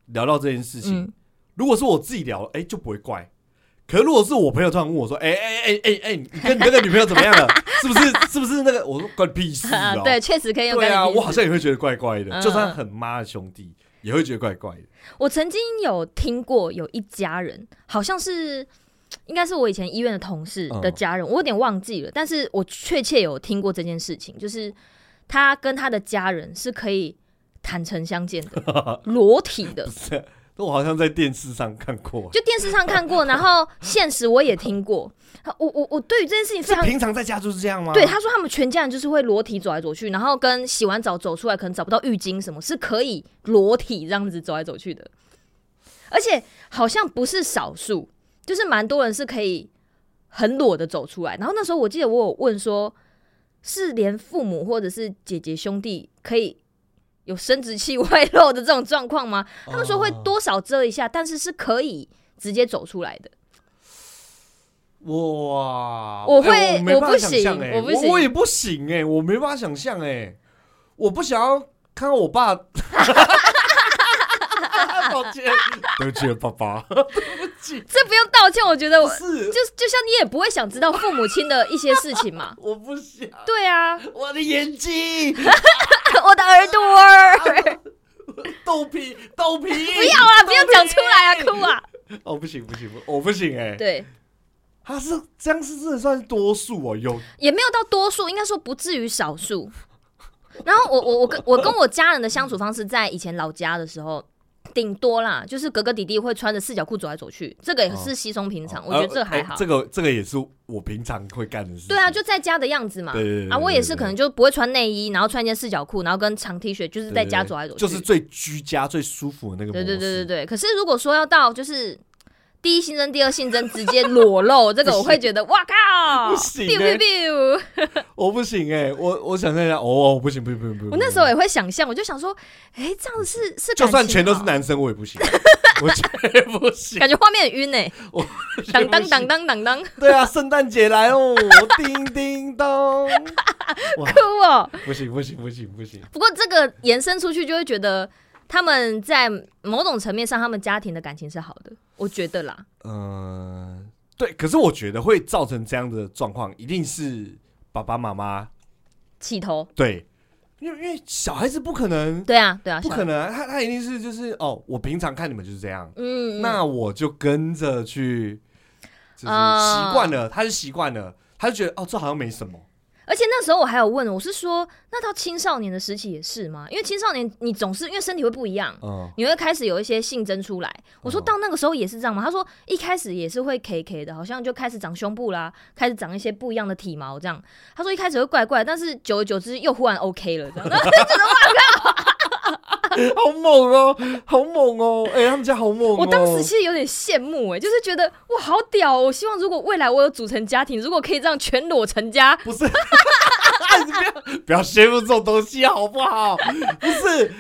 Speaker 2: 聊到这件事情，
Speaker 1: 嗯，
Speaker 2: 如果是我自己聊，哎、就不会怪。可是如果是我朋友突然问我说：“哎哎哎哎哎，你跟你那个女朋友怎么
Speaker 1: *laughs*
Speaker 2: 样了？是不是是不是那个？”我说：“关你屁事
Speaker 1: 啊
Speaker 2: 啊！”
Speaker 1: *laughs* 对，确实可以用
Speaker 2: 对
Speaker 1: 干
Speaker 2: 啊，
Speaker 1: 净
Speaker 2: 我好像也会觉得怪怪的，
Speaker 1: 嗯
Speaker 2: 就算很妈的兄弟，也会觉得怪怪的。
Speaker 1: 我曾经有听过有一家人，好像是应该是我以前医院的同事
Speaker 2: 嗯
Speaker 1: 的家人，我有点忘记了，但是我确切有听过这件事情，就是他跟他的家人是可以坦诚相见
Speaker 2: *laughs*
Speaker 1: 的，裸体的
Speaker 2: 不。是，那我好像在电视上看过。
Speaker 1: 就电视上看过，然后现实我也听过。我我我对于这件事情非
Speaker 2: 这
Speaker 1: 常
Speaker 2: 平常在家就是这样吗？
Speaker 1: 对，他说他们全家人就是会裸体走来走去，然后跟洗完澡走出来，可能找不到浴巾什么，是可以裸体这样子走来走去的。而且好像不是少数，就是蛮多人是可以很裸的走出来。然后那时候我记得我有问说，是连父母或者是姐姐兄弟可以有生殖器外露的这种状况吗？他们说会
Speaker 2: 哦
Speaker 1: 多少遮一下，但是是可以直接走出来的。
Speaker 2: 哇，
Speaker 1: 我会
Speaker 2: 哎我没办
Speaker 1: 我不
Speaker 2: 法
Speaker 1: 行
Speaker 2: 想象哎，
Speaker 1: 我不行
Speaker 2: 我也不行哎、我没办法想象哎、我不想要看到我爸。 *laughs* 抱歉，对不起，爸爸，
Speaker 1: 这不用道歉，我觉得
Speaker 2: 不
Speaker 1: 我
Speaker 2: 是。
Speaker 1: 就，就像你也不会想知道父母亲的一些事情 *laughs* 嘛
Speaker 2: 我不想，
Speaker 1: 对啊，
Speaker 2: 我的眼睛，
Speaker 1: *laughs* 我的耳朵儿， *laughs*
Speaker 2: 豆皮，豆
Speaker 1: 不
Speaker 2: 皮，不
Speaker 1: 要 *laughs* 啊，不要讲出来啊，哭啊。
Speaker 2: 哦，不行不行，不我不行哎、
Speaker 1: 对，
Speaker 2: 他是这样是真的算是多数哦，有
Speaker 1: 也没有到多数，应该说不至于少数。然后我我我跟我跟我家人的相处方式，在以前老家的时候，顶多啦，就是哥哥弟弟会穿着四角裤走来走去，这个也是稀松平常，我觉得哦这还好。
Speaker 2: 呃哎这个这个也是我平常会干的事情。
Speaker 1: 对啊，就在家的样子嘛
Speaker 2: 对对对。对
Speaker 1: 啊，我也是
Speaker 2: 对对
Speaker 1: 可能就不会穿内衣，然后穿一件四角裤，然后跟长 T 恤，就是在家走来走去。
Speaker 2: 就是最居家、最舒服的那个模
Speaker 1: 对对
Speaker 2: 式。
Speaker 1: 对对对。可是如果说要到就是第一性征、第二性征直接裸
Speaker 2: *laughs*
Speaker 1: 露，这个我会觉得哇靠，
Speaker 2: 不行
Speaker 1: biu
Speaker 2: 欸
Speaker 1: biu biu
Speaker 2: 我不行哎、我我想象一下，哦，不行不行不行不行。
Speaker 1: 我那时候也会想象，我就想说，哎、这样是是
Speaker 2: 就
Speaker 1: 感
Speaker 2: 算
Speaker 1: 情
Speaker 2: 全都
Speaker 1: 好
Speaker 2: 是，男生，我也不
Speaker 1: *laughs*
Speaker 2: 行，我绝不行。
Speaker 1: 感觉画面很晕呢、
Speaker 2: *laughs* 我
Speaker 1: 当当当当当当，
Speaker 2: 对啊，圣诞节来哦，叮叮咚，
Speaker 1: 哭哦、
Speaker 2: 不行不行不行不行。
Speaker 1: 不过这个延伸出去，就会觉得他们在某种层面上，他们家庭的感情是好的，我觉得啦。
Speaker 2: 嗯，对，可是我觉得会造成这样的状况，一定是爸爸妈妈
Speaker 1: 起头，
Speaker 2: 对，因为因为小孩子不可能，
Speaker 1: 对啊，对啊，
Speaker 2: 不
Speaker 1: 小
Speaker 2: 可能啊，他他一定是就是哦，我平常看你们就是这样，
Speaker 1: 嗯，嗯
Speaker 2: 那我就跟着去，就是习
Speaker 1: 啊
Speaker 2: 惯了，他就习惯了，他就觉得哦，这好像没什么，
Speaker 1: 而且那时候我还有问，我是说，那到青少年的时期也是吗？因为青少年你总是因为身体会不一样，
Speaker 2: 嗯，
Speaker 1: 你会开始有一些性征出来。我说
Speaker 2: 嗯
Speaker 1: 到那个时候也是这样吗？他说一开始也是会 K K 的，好像就开始长胸部啦，开始长一些不一样的体毛这样。他说一开始会怪怪，但是久而久之又忽然 OK 了这样。然后
Speaker 2: 好猛哦，好猛哦，哎、他们家好猛哦，
Speaker 1: 我当时其实有点羡慕哎、就是觉得哇好屌哦！我希望如果未来我有组成家庭，如果可以这样全裸成家，
Speaker 2: 不是。你不要不要羡慕这种东西好不好？不是，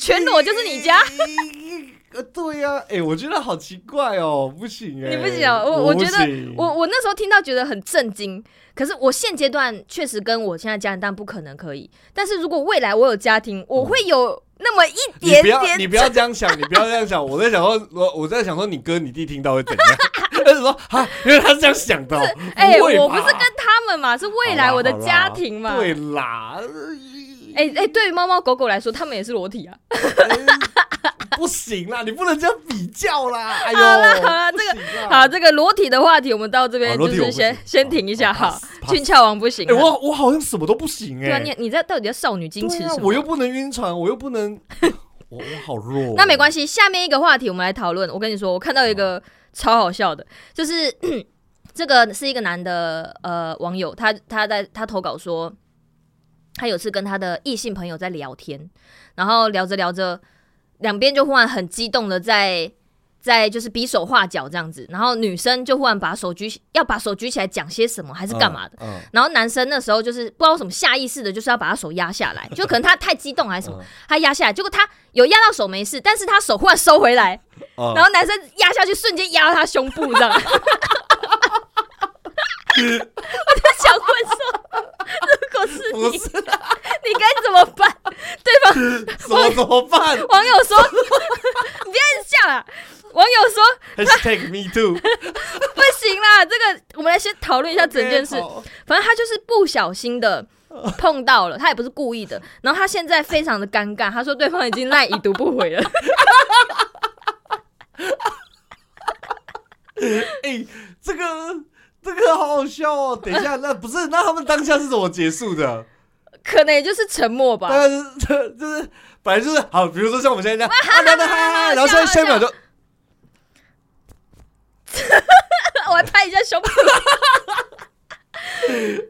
Speaker 1: 全裸就是你家。
Speaker 2: 呃。 *laughs* 对呀、哎、我觉得好奇怪哦，不行哎、
Speaker 1: 你不行啊我我
Speaker 2: 不
Speaker 1: 觉得
Speaker 2: 行
Speaker 1: 我我那时候听到觉得很震惊，可是我现阶段确实跟我现在家人，但不可能可以。但是如果未来我有家庭，我会有那么一
Speaker 2: 嗯你
Speaker 1: 点
Speaker 2: 不要，
Speaker 1: 点，
Speaker 2: 你不要这样想，你不要这样想。我在想说，我我在想说，你哥你弟听到会怎样？ *laughs* 他就说啊，因为他是这样想的哦、
Speaker 1: 哎、
Speaker 2: 会吧
Speaker 1: 我不是跟他们嘛，是未来我的家庭嘛。
Speaker 2: 对啦，
Speaker 1: 哎哎、对于猫猫狗狗来说，他们也是裸体啊。
Speaker 2: 哎不行啦，你不能这样比较啦。哎呦，好
Speaker 1: 好啦这个
Speaker 2: 个
Speaker 1: 好，这个裸体的话题，我们到这边
Speaker 2: 哦好裸
Speaker 1: 就
Speaker 2: 体我
Speaker 1: 是
Speaker 2: 不
Speaker 1: 先
Speaker 2: 行
Speaker 1: 先停一下
Speaker 2: 好
Speaker 1: 哈
Speaker 2: pass，pass。
Speaker 1: 俊俏王不行
Speaker 2: 哎、
Speaker 1: 啊、
Speaker 2: 我我好像什么都不行哎、
Speaker 1: 对啊，你你在到底在少女矜持
Speaker 2: 对
Speaker 1: 什
Speaker 2: 啊
Speaker 1: 么？
Speaker 2: 我又不能晕船，我又不能， *laughs* 我我好弱。
Speaker 1: 那没关系，下面一个话题我们来讨论。我跟你说，我看到一个超好笑的，就是 *clears throat* 这个是一个男的呃网友，他他在他投稿说，他有次跟他的异性朋友在聊天，然后聊着聊着，两边就忽然很激动的在。在就是比手画脚这样子，然后女生就忽然把手举起，要把手举起来讲些什么，还
Speaker 2: 嗯，
Speaker 1: 是干嘛的？
Speaker 2: 嗯？
Speaker 1: 然后男生那时候就是不知道为什么下意识的，就是要把他手压下 *laughs* 来，就可能他太激动还是什么，他压下来，结果他有压到手没事，但是他手忽然收回来， *laughs*
Speaker 2: 嗯
Speaker 1: 然后男生压下去，瞬间压到他胸部这样。 *laughs* 我就想问说，如果是
Speaker 2: 不
Speaker 1: 你，
Speaker 2: 是
Speaker 1: 你该怎么办？
Speaker 2: 怎么怎么办
Speaker 1: 网友说，你别一直这样啊！网友说
Speaker 2: ？Hashtag me
Speaker 1: *laughs*
Speaker 2: too，
Speaker 1: 不行啦，这个我们来先讨论一下整件事。
Speaker 2: OK，好
Speaker 1: 反正他就是不小心的碰到了，他也不是故意的。然后他现在非常的尴尬，他说对方已经赖已读不回了。*laughs*
Speaker 2: *laughs* 哎、这个这个好好笑哦！等一下， *laughs* 那不是那他们当下是怎么结束的？
Speaker 1: 可能也就是沉默
Speaker 2: 大
Speaker 1: 吧。
Speaker 2: 概就是这就是本来就是好，比如说像我们现在这样，啊对对哈，然后现在下一秒就
Speaker 1: *laughs* 我还拍一下胸部。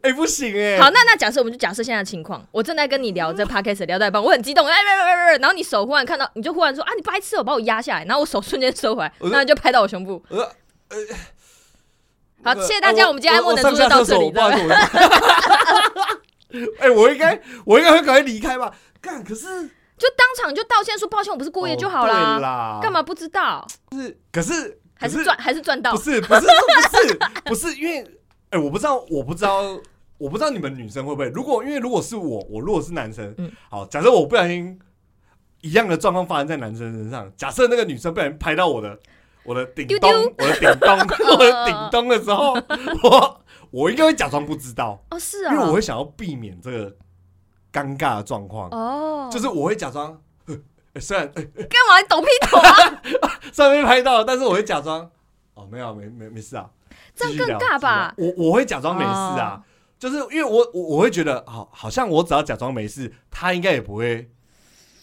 Speaker 2: 哎、不行哎、
Speaker 1: 好，那那假设我们就假设现在的情况，我正在跟你聊这 podcast 聊到一半，我很激动，哎哎哎哎哎，然后你手忽然看到，你就忽然说啊，你白痴哦，我把我压下来，然后我手瞬间收回来，
Speaker 2: 我就
Speaker 1: 然后你就拍到我胸部。
Speaker 2: 我说呃
Speaker 1: 好，
Speaker 2: 那个
Speaker 1: 谢谢大家，
Speaker 2: 啊
Speaker 1: 我们今天爱莫能
Speaker 2: 我
Speaker 1: 助就到这里
Speaker 2: 我上
Speaker 1: 了。
Speaker 2: 下厕所不好意思我 *laughs* 哎、我应该我应该会赶快离开吧？干，可是
Speaker 1: 就当场就道歉说抱歉，我不是故意的就好
Speaker 2: 哦对
Speaker 1: 啦，
Speaker 2: 啦，
Speaker 1: 干？嘛不知道？
Speaker 2: 可是
Speaker 1: 还
Speaker 2: 可
Speaker 1: 是赚还是赚到
Speaker 2: 不？是不是不是不是，因为哎、我不知道，我不知道，我不知道你们女生会不会。如果因为如果是我，我如果是男生，
Speaker 1: 嗯
Speaker 2: 好，假设我不小心一样的状况发生在男生身上，假设那个女生不小心拍到我的我的顶
Speaker 1: 丢
Speaker 2: 咚，
Speaker 1: 丢
Speaker 2: 我的顶
Speaker 1: *laughs*
Speaker 2: 咚，我的顶咚的时候，我我应该会假装不知道，
Speaker 1: 哦，是
Speaker 2: 因为我
Speaker 1: 啊，
Speaker 2: 会想要避免这个尴尬的状况，
Speaker 1: 哦，
Speaker 2: 就是我会假装， *laughs* 呃虽然、呃
Speaker 1: 干嘛你抖屁
Speaker 2: *laughs*
Speaker 1: 抖啊？
Speaker 2: 虽然被拍到了，但是我会假装。哦，没有，没没没事啊，
Speaker 1: 这样
Speaker 2: 继续聊
Speaker 1: 更尬吧？哦
Speaker 2: 继续聊我我会假装没事啊，就是因为我我我会觉得好，好像我只要假装没事，他应该也不会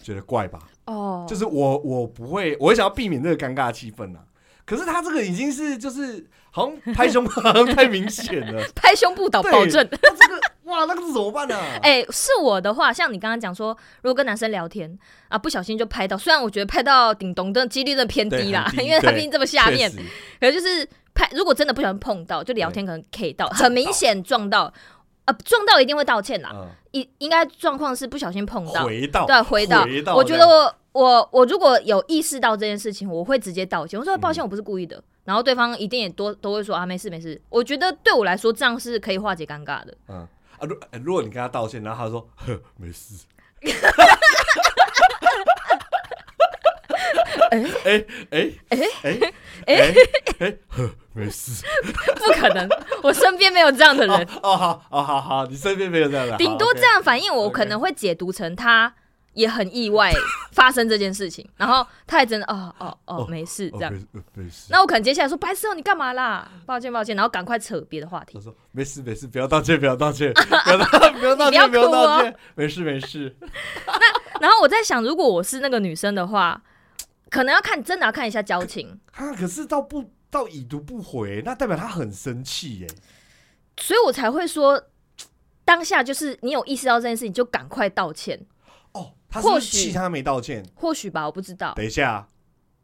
Speaker 2: 觉得怪吧？
Speaker 1: 哦，
Speaker 2: 就是我我不会，我会想要避免这个尴尬的气氛啊。可是他这个已经是就是好像拍胸好像 *laughs* 太明显
Speaker 1: *laughs*
Speaker 2: 了，
Speaker 1: 拍胸部倒，
Speaker 2: 对
Speaker 1: 保证。
Speaker 2: 他这个哇，那个是怎么办呢、啊？
Speaker 1: 哎、是我的话，像你刚刚讲说，如果跟男生聊天啊，不小心就拍到，虽然我觉得拍到顶咚的几率真的偏低啦，
Speaker 2: 对很低
Speaker 1: 因为他
Speaker 2: 对
Speaker 1: 毕竟这么下
Speaker 2: 确
Speaker 1: 面
Speaker 2: 实，，
Speaker 1: 可是就是拍，如果真的不小心碰到，就聊天可能 K 到，很明显撞到，呃，撞到一定会道歉啦，
Speaker 2: 嗯，
Speaker 1: 应、应该状况是不小心碰到，
Speaker 2: 回到
Speaker 1: 对，回到，
Speaker 2: 哦回到
Speaker 1: 我觉得我我我如果有意识到这件事情，我会直接道歉，我说抱
Speaker 2: 嗯
Speaker 1: 歉，我不是故意的。然后对方一定也多都会说啊，没事没事。我觉得对我来说，这样是可以化解尴尬的。
Speaker 2: 嗯啊，如呃如果你跟他道歉，然后他说呵
Speaker 1: *laughs*
Speaker 2: 没事，
Speaker 1: 哎哎
Speaker 2: 哎哎哎
Speaker 1: 哎
Speaker 2: 哎哎呵没事，
Speaker 1: 不可能， *laughs* 我身边没有这样的
Speaker 2: 哦
Speaker 1: 人，
Speaker 2: 哦好哦好好，你身边没有这样的，
Speaker 1: 顶多这
Speaker 2: 样，
Speaker 1: 样反应，我
Speaker 2: OK
Speaker 1: 可能会解读成他也很意外发生这件事情，然后他也真的哦哦哦
Speaker 2: 哦
Speaker 1: 没事这
Speaker 2: 哦
Speaker 1: 样。
Speaker 2: 没呃没事。
Speaker 1: 那我可能接下来说白痴哦，你干嘛啦？抱歉抱歉，然后赶快扯别的话题
Speaker 2: 他。说：“没事没事，不要道歉，不要
Speaker 1: *laughs*
Speaker 2: 道歉，不要道不要道歉，
Speaker 1: 你不
Speaker 2: 不
Speaker 1: 要
Speaker 2: 要
Speaker 1: 哭哦
Speaker 2: 道歉，没事没事。
Speaker 1: 然后我在想，如果我是那个女生的话，可能要看真的要看一下交情。”
Speaker 2: 啊，可是到不到已读不回，那代表他很生气耶。
Speaker 1: 所以我才会说，当下就是你有意识到这件事情，就赶快道歉，
Speaker 2: 哦，他是不
Speaker 1: 或
Speaker 2: 是
Speaker 1: 许
Speaker 2: 气他没道歉？
Speaker 1: 或许吧，我不知道，
Speaker 2: 等一下，啊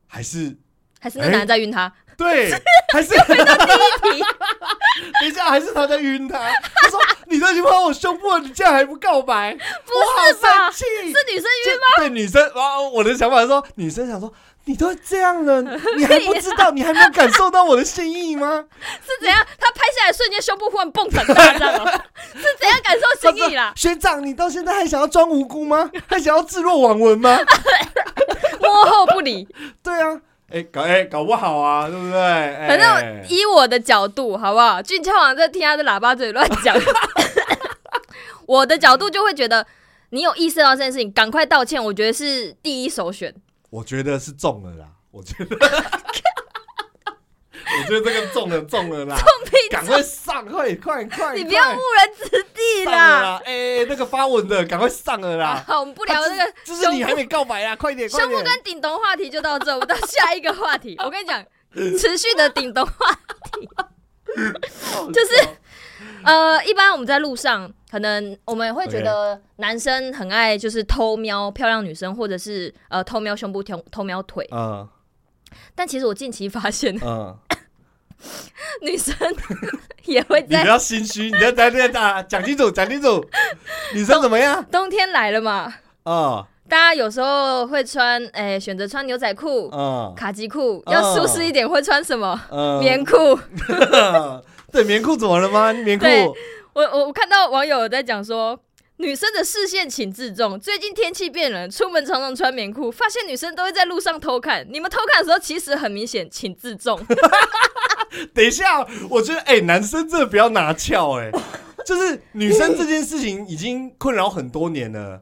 Speaker 2: 还是
Speaker 1: 还是那
Speaker 2: 哎
Speaker 1: 男的在晕
Speaker 2: *laughs*
Speaker 1: 他， *laughs*
Speaker 2: 对，还是
Speaker 1: 第一题
Speaker 2: *laughs* 等一下，还是他在晕他。他说：“你都已经碰到我胸部了，你竟然还不告白，
Speaker 1: 不是
Speaker 2: 我好
Speaker 1: 吧？
Speaker 2: 生
Speaker 1: 是
Speaker 2: 气。”
Speaker 1: 女生晕，
Speaker 2: 对女生，哇！我的想法是说，女生想说，你都这
Speaker 1: *laughs*
Speaker 2: 样了，你还不知道，你还没有感受到我的心
Speaker 1: *laughs*
Speaker 2: 意吗？
Speaker 1: 是怎样？她拍下来瞬间胸部忽然蹦很大，这
Speaker 2: *laughs*
Speaker 1: 样吗？是怎样感受心意啦？
Speaker 2: 学长，你到现在还想要装无辜吗？ *laughs* 还想要置若罔闻吗？
Speaker 1: 幕后不理。
Speaker 2: 对啊，哎、搞哎、搞不好啊，对不对？哎
Speaker 1: 反正以我的角度，好不好？俊俏王在听他的喇叭嘴乱讲， *laughs* 我的角度就会觉得。你有意识到这件事情，赶快道歉，我觉得是第一首选。
Speaker 2: 我觉得是中了啦，我
Speaker 1: *laughs*
Speaker 2: 觉得，我觉得这个中了中了啦，赶快上，快快快，
Speaker 1: 你不要
Speaker 2: 快
Speaker 1: 误人子弟
Speaker 2: 上了
Speaker 1: 啦！
Speaker 2: 啦！哎、那个发文的，赶快上了啦！
Speaker 1: 好，我们不聊那个
Speaker 2: 就是就是你还没告白啊，快点，快
Speaker 1: 胸部
Speaker 2: 点！
Speaker 1: 跟顶咚话题就到这，我们到下一个话
Speaker 2: *laughs*
Speaker 1: 题。我跟你讲，持续的顶咚话题，就是呃，一般我们在路上，可能我们会觉
Speaker 2: 哦
Speaker 1: 得男生很爱就是偷瞄漂亮女生，或者是呃偷瞄胸部、偷偷瞄腿。
Speaker 2: 嗯
Speaker 1: 但其实我近期发现， *laughs*
Speaker 2: 嗯，
Speaker 1: 女生也会
Speaker 2: 你不
Speaker 1: 在
Speaker 2: 要心虚，你要在在打讲
Speaker 1: *laughs*
Speaker 2: 清楚，讲清楚，女生怎么样？
Speaker 1: 冬天来了嘛，
Speaker 2: 啊
Speaker 1: 大家有时候会穿，哎、选择穿牛仔裤、
Speaker 2: 啊
Speaker 1: 卡其裤，
Speaker 2: 哦
Speaker 1: 要舒适一点会穿什么？
Speaker 2: *laughs* 嗯，
Speaker 1: 棉裤。 *laughs*
Speaker 2: 对棉裤怎么了吗？棉裤
Speaker 1: 对我我我看到网友在讲说，女生的视线请自重。最近天气变冷，出门常常穿棉裤，发现女生都会在路上偷看。你们偷看的时候，其实很明显，请自重。
Speaker 2: 等一下，我觉得哎、男生真的不要拿翘
Speaker 1: *laughs*
Speaker 2: 哎、就是女生这件事情已经困扰很多年了，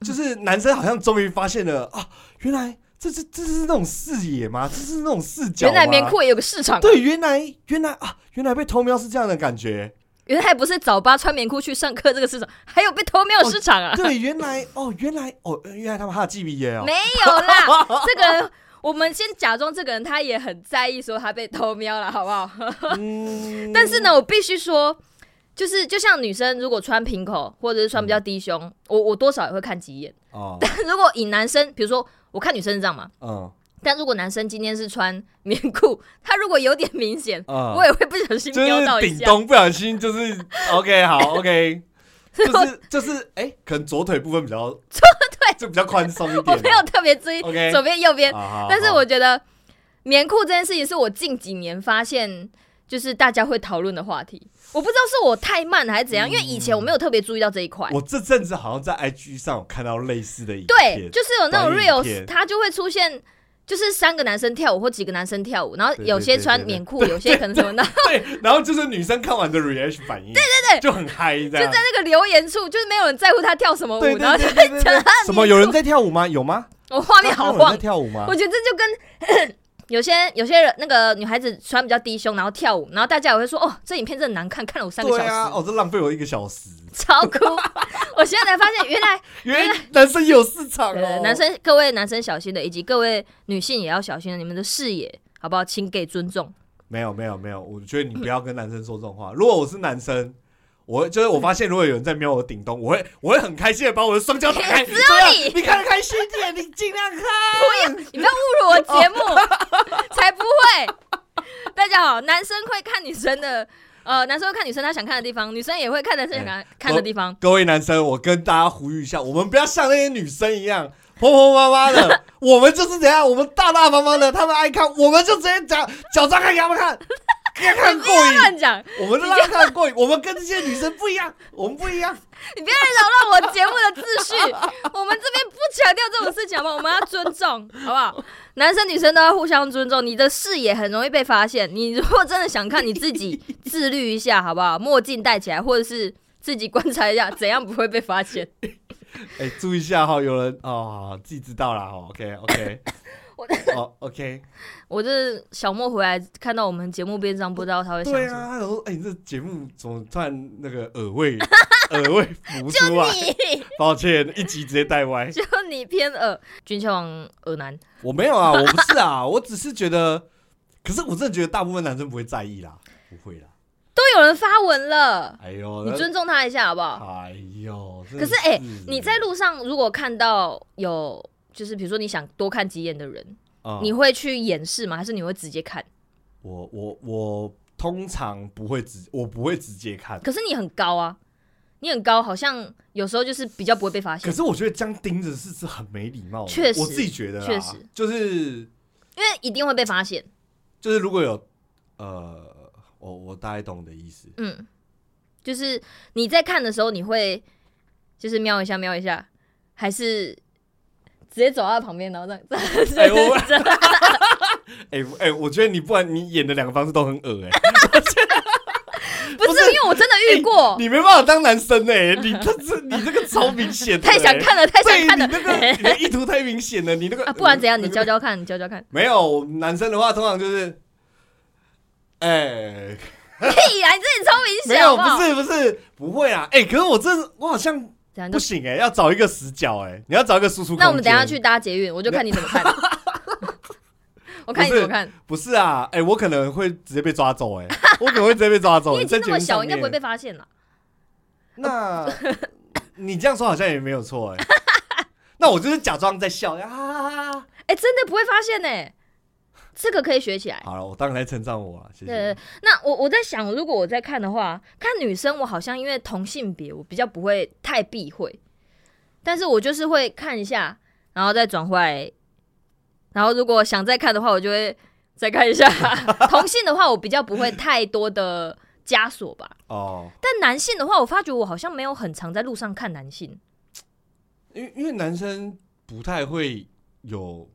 Speaker 2: 就是男生好像终于发现了啊，原来这是这是那种视野吗？这是那种视角吗？
Speaker 1: 原来棉裤也有个市场啊、
Speaker 2: 对，原来原来啊，原来被偷瞄是这样的感觉。
Speaker 1: 原来不是早八穿棉裤去上课这个市场，还有被偷瞄的市场啊？
Speaker 2: 哦对，原来哦，原来哦，原来他们还有 G B 耶哦
Speaker 1: 没。有
Speaker 2: *laughs*
Speaker 1: 啦，这个人我们先假装这个人他也很在意，说他被偷瞄了，好不好？
Speaker 2: 嗯，
Speaker 1: 但是呢，我必须说，就是就像女生如果穿平口或者是穿比较低胸，我我多少也会看几眼。
Speaker 2: 哦，
Speaker 1: *laughs* 如果以男生，比如说我看女生是这样嘛，
Speaker 2: 嗯
Speaker 1: 但如果男生今天是穿棉裤，他如果有点明显，
Speaker 2: 嗯
Speaker 1: 我，也会不小心
Speaker 2: 就
Speaker 1: 瞄到
Speaker 2: 是
Speaker 1: 一
Speaker 2: 顶
Speaker 1: 下。
Speaker 2: 咚，不小心就是
Speaker 1: *laughs*
Speaker 2: OK，好 OK，就是就是哎，可能左腿部分
Speaker 1: *laughs*
Speaker 2: 比较左腿就比较宽松一点
Speaker 1: 我
Speaker 2: 啊。
Speaker 1: 没有特别注意
Speaker 2: OK
Speaker 1: 左边右边，
Speaker 2: 啊，好
Speaker 1: 但是
Speaker 2: 好
Speaker 1: 我觉得棉裤这件事情是我近几年发现，就是大家会讨论的话题。我不知道是我太慢还是怎样，因为以前我没有特别注意到这一块。
Speaker 2: 嗯我这阵子好像在 IG 上有看到类似的影
Speaker 1: 对，
Speaker 2: 片，
Speaker 1: 就是有那种
Speaker 2: 短影片
Speaker 1: reels，它就会出现。就是三个男生跳舞或几个男生跳舞，然后
Speaker 2: 对对
Speaker 1: 有些
Speaker 2: 对
Speaker 1: 穿
Speaker 2: 对对
Speaker 1: 棉裤，有些可能什么的，
Speaker 2: 对，然后就是女生看完的 reaction 反应，对
Speaker 1: 对对
Speaker 2: 就很嗨这
Speaker 1: 就在
Speaker 2: 样。
Speaker 1: 那个留言处，就是没有人在乎他跳什么舞，
Speaker 2: 对
Speaker 1: 然后
Speaker 2: 对对对对对，什么有人在跳舞吗？有吗？啊
Speaker 1: 我画面好
Speaker 2: 刚刚有人
Speaker 1: 晃
Speaker 2: 在，跳舞吗
Speaker 1: 我？觉得这就跟 *coughs* 有些有些人那个女孩子穿比较低胸，然后跳舞，然后大家也会说哦，这影片真的难看，看了我三个小
Speaker 2: 对
Speaker 1: 时，
Speaker 2: 啊，哦，这浪费我一个小时。
Speaker 1: 超哭。 *laughs* 我现在才发现，原来
Speaker 2: 原来男生有市场
Speaker 1: 呃
Speaker 2: 哦，
Speaker 1: 啊男生各位男生小心的，以及各位女性也要小心的，你们的视野好不好？请给尊重。
Speaker 2: 没有没有没有，我觉得你不要跟男生说这种话。如果我是男生，我就是我发现如果有人在瞄我的顶咚，我会我会很开心的把我的双脚打开，
Speaker 1: *laughs* 只
Speaker 2: 这
Speaker 1: 有
Speaker 2: 样
Speaker 1: 你
Speaker 2: 你看得开心一点，你尽量看。
Speaker 1: 你不要侮辱我节目，
Speaker 2: *laughs*
Speaker 1: 才不会。大家好，男生会看女生的，呃，男生会看女生他想看的地方，女生也会看男生想看、
Speaker 2: 哎
Speaker 1: 看的地方。
Speaker 2: 各位男生，我跟大家呼吁一下，我们不要像那些女生一样婆婆妈
Speaker 1: *laughs*
Speaker 2: 妈的，我们就是怎样，我们大大方方的，他们爱看，我们就直接讲脚张开给他
Speaker 1: *laughs*
Speaker 2: 们看，给他看过瘾，
Speaker 1: 乱讲，
Speaker 2: 我们就让他看过瘾。我们跟这些女生不一样，我们不一样。
Speaker 1: 你不要来扰乱我节目的秩序。我们这边不强调这种事情，好吗？我们要尊重，好不好？男生女生都要互相尊重。你的视野很容易被发现，你如果真的想看，你自己自律一下，好不好？墨镜戴起来，或者是自己观察一下，怎样不会被发现。
Speaker 2: 哎、注意一下哈，有人哦，好自己知道啦。哦，OK OK，
Speaker 1: *laughs* 我
Speaker 2: 哦 OK，
Speaker 1: 我这小莫回来看到我们节目边上，不知道他会想
Speaker 2: 对
Speaker 1: 什么。
Speaker 2: 啊，他想说，哎、你这节目怎么突然那个
Speaker 1: *laughs*
Speaker 2: 耳位耳位浮出啊？
Speaker 1: 你
Speaker 2: 抱歉，一集直接带
Speaker 1: *laughs*
Speaker 2: 歪。
Speaker 1: 就你偏耳，军校王耳男，
Speaker 2: 我没有啊，我不是啊，我只是觉得，可是我真的觉得大部分男生不会在意啦，不会啦。
Speaker 1: 都有人发文了，
Speaker 2: 哎呦，
Speaker 1: 你
Speaker 2: 那
Speaker 1: 尊重他一下好不好？
Speaker 2: 哎呦，真
Speaker 1: 可
Speaker 2: 的
Speaker 1: 是
Speaker 2: 哎、
Speaker 1: 哎、你在路上如果看到有，就是比如说你想多看几眼的人，
Speaker 2: 啊
Speaker 1: 你会去掩饰吗？还是你会直接看？
Speaker 2: 我我我通常不会直，我不会直接看。
Speaker 1: 可是你很高啊，你很高，好像有时候就是比较不会被发
Speaker 2: 可
Speaker 1: 现，
Speaker 2: 是我觉得这样盯着是是很没礼貌的，
Speaker 1: 确实
Speaker 2: 我自己觉得啦，
Speaker 1: 确实
Speaker 2: 就是
Speaker 1: 因为一定会被发现。
Speaker 2: 就是如果有呃，我我大概懂你的意思，
Speaker 1: 嗯，就是你在看的时候，你会就是瞄一下瞄一下，还是直接走到他旁边，然后这样？ *laughs* 这
Speaker 2: 哎我
Speaker 1: 样
Speaker 2: 哎、哎、我觉得你不然你演的两个方式都很恶哎、
Speaker 1: 不是因为我真的遇过，
Speaker 2: 你没办法当男生哎、你这这你这个超明显的、欸
Speaker 1: 太想看了，太想
Speaker 2: 对
Speaker 1: 看
Speaker 2: 你
Speaker 1: 了。
Speaker 2: 那个你的意图太明显了，你那个
Speaker 1: *laughs*
Speaker 2: 呃
Speaker 1: 啊，不然怎样？你
Speaker 2: 那个
Speaker 1: 教教看，你教教
Speaker 2: *laughs*
Speaker 1: 看。
Speaker 2: 没有男生的话，通常就是，哎、
Speaker 1: 屁啊啦，你自己超明
Speaker 2: 没
Speaker 1: 显好
Speaker 2: 有，
Speaker 1: 不好
Speaker 2: 不是不是不会啊，哎、可是我真的我好像
Speaker 1: 怎样就
Speaker 2: 不行哎、要找一个死角哎、你要找一个输出。
Speaker 1: 那我们等一下去，搭捷运，我就看你怎
Speaker 2: *laughs*
Speaker 1: 么看。我看你怎么看，
Speaker 2: 不是啊，哎、我可能会直接被抓走哎、我可能会直接被抓走、
Speaker 1: *laughs* 你
Speaker 2: 欸，
Speaker 1: 已经
Speaker 2: 在
Speaker 1: 那
Speaker 2: 节
Speaker 1: 么
Speaker 2: 目
Speaker 1: 小，
Speaker 2: 上
Speaker 1: 应该
Speaker 2: 面
Speaker 1: 不会被发现了。 *laughs*
Speaker 2: 那你这样说好像也没有错哎、那我就是假装在笑啊。
Speaker 1: 哎，真的不会发现呢，这个可以学起来。
Speaker 2: 好了，我当然在称赞我了，谢
Speaker 1: 对
Speaker 2: 谢。，
Speaker 1: 那我我在想，如果我在看的话，看女生，我好像因为同性别，我比较不会太避讳，但是我就是会看一下，然后再转回来，然后如果 *laughs* 想再看的话，我就会再看一下。同性的话，我比较不会太多的枷锁吧。
Speaker 2: 哦，
Speaker 1: 但男性的话，我发觉我好像没有很常在路上看男性，
Speaker 2: 因为因为男生不太会有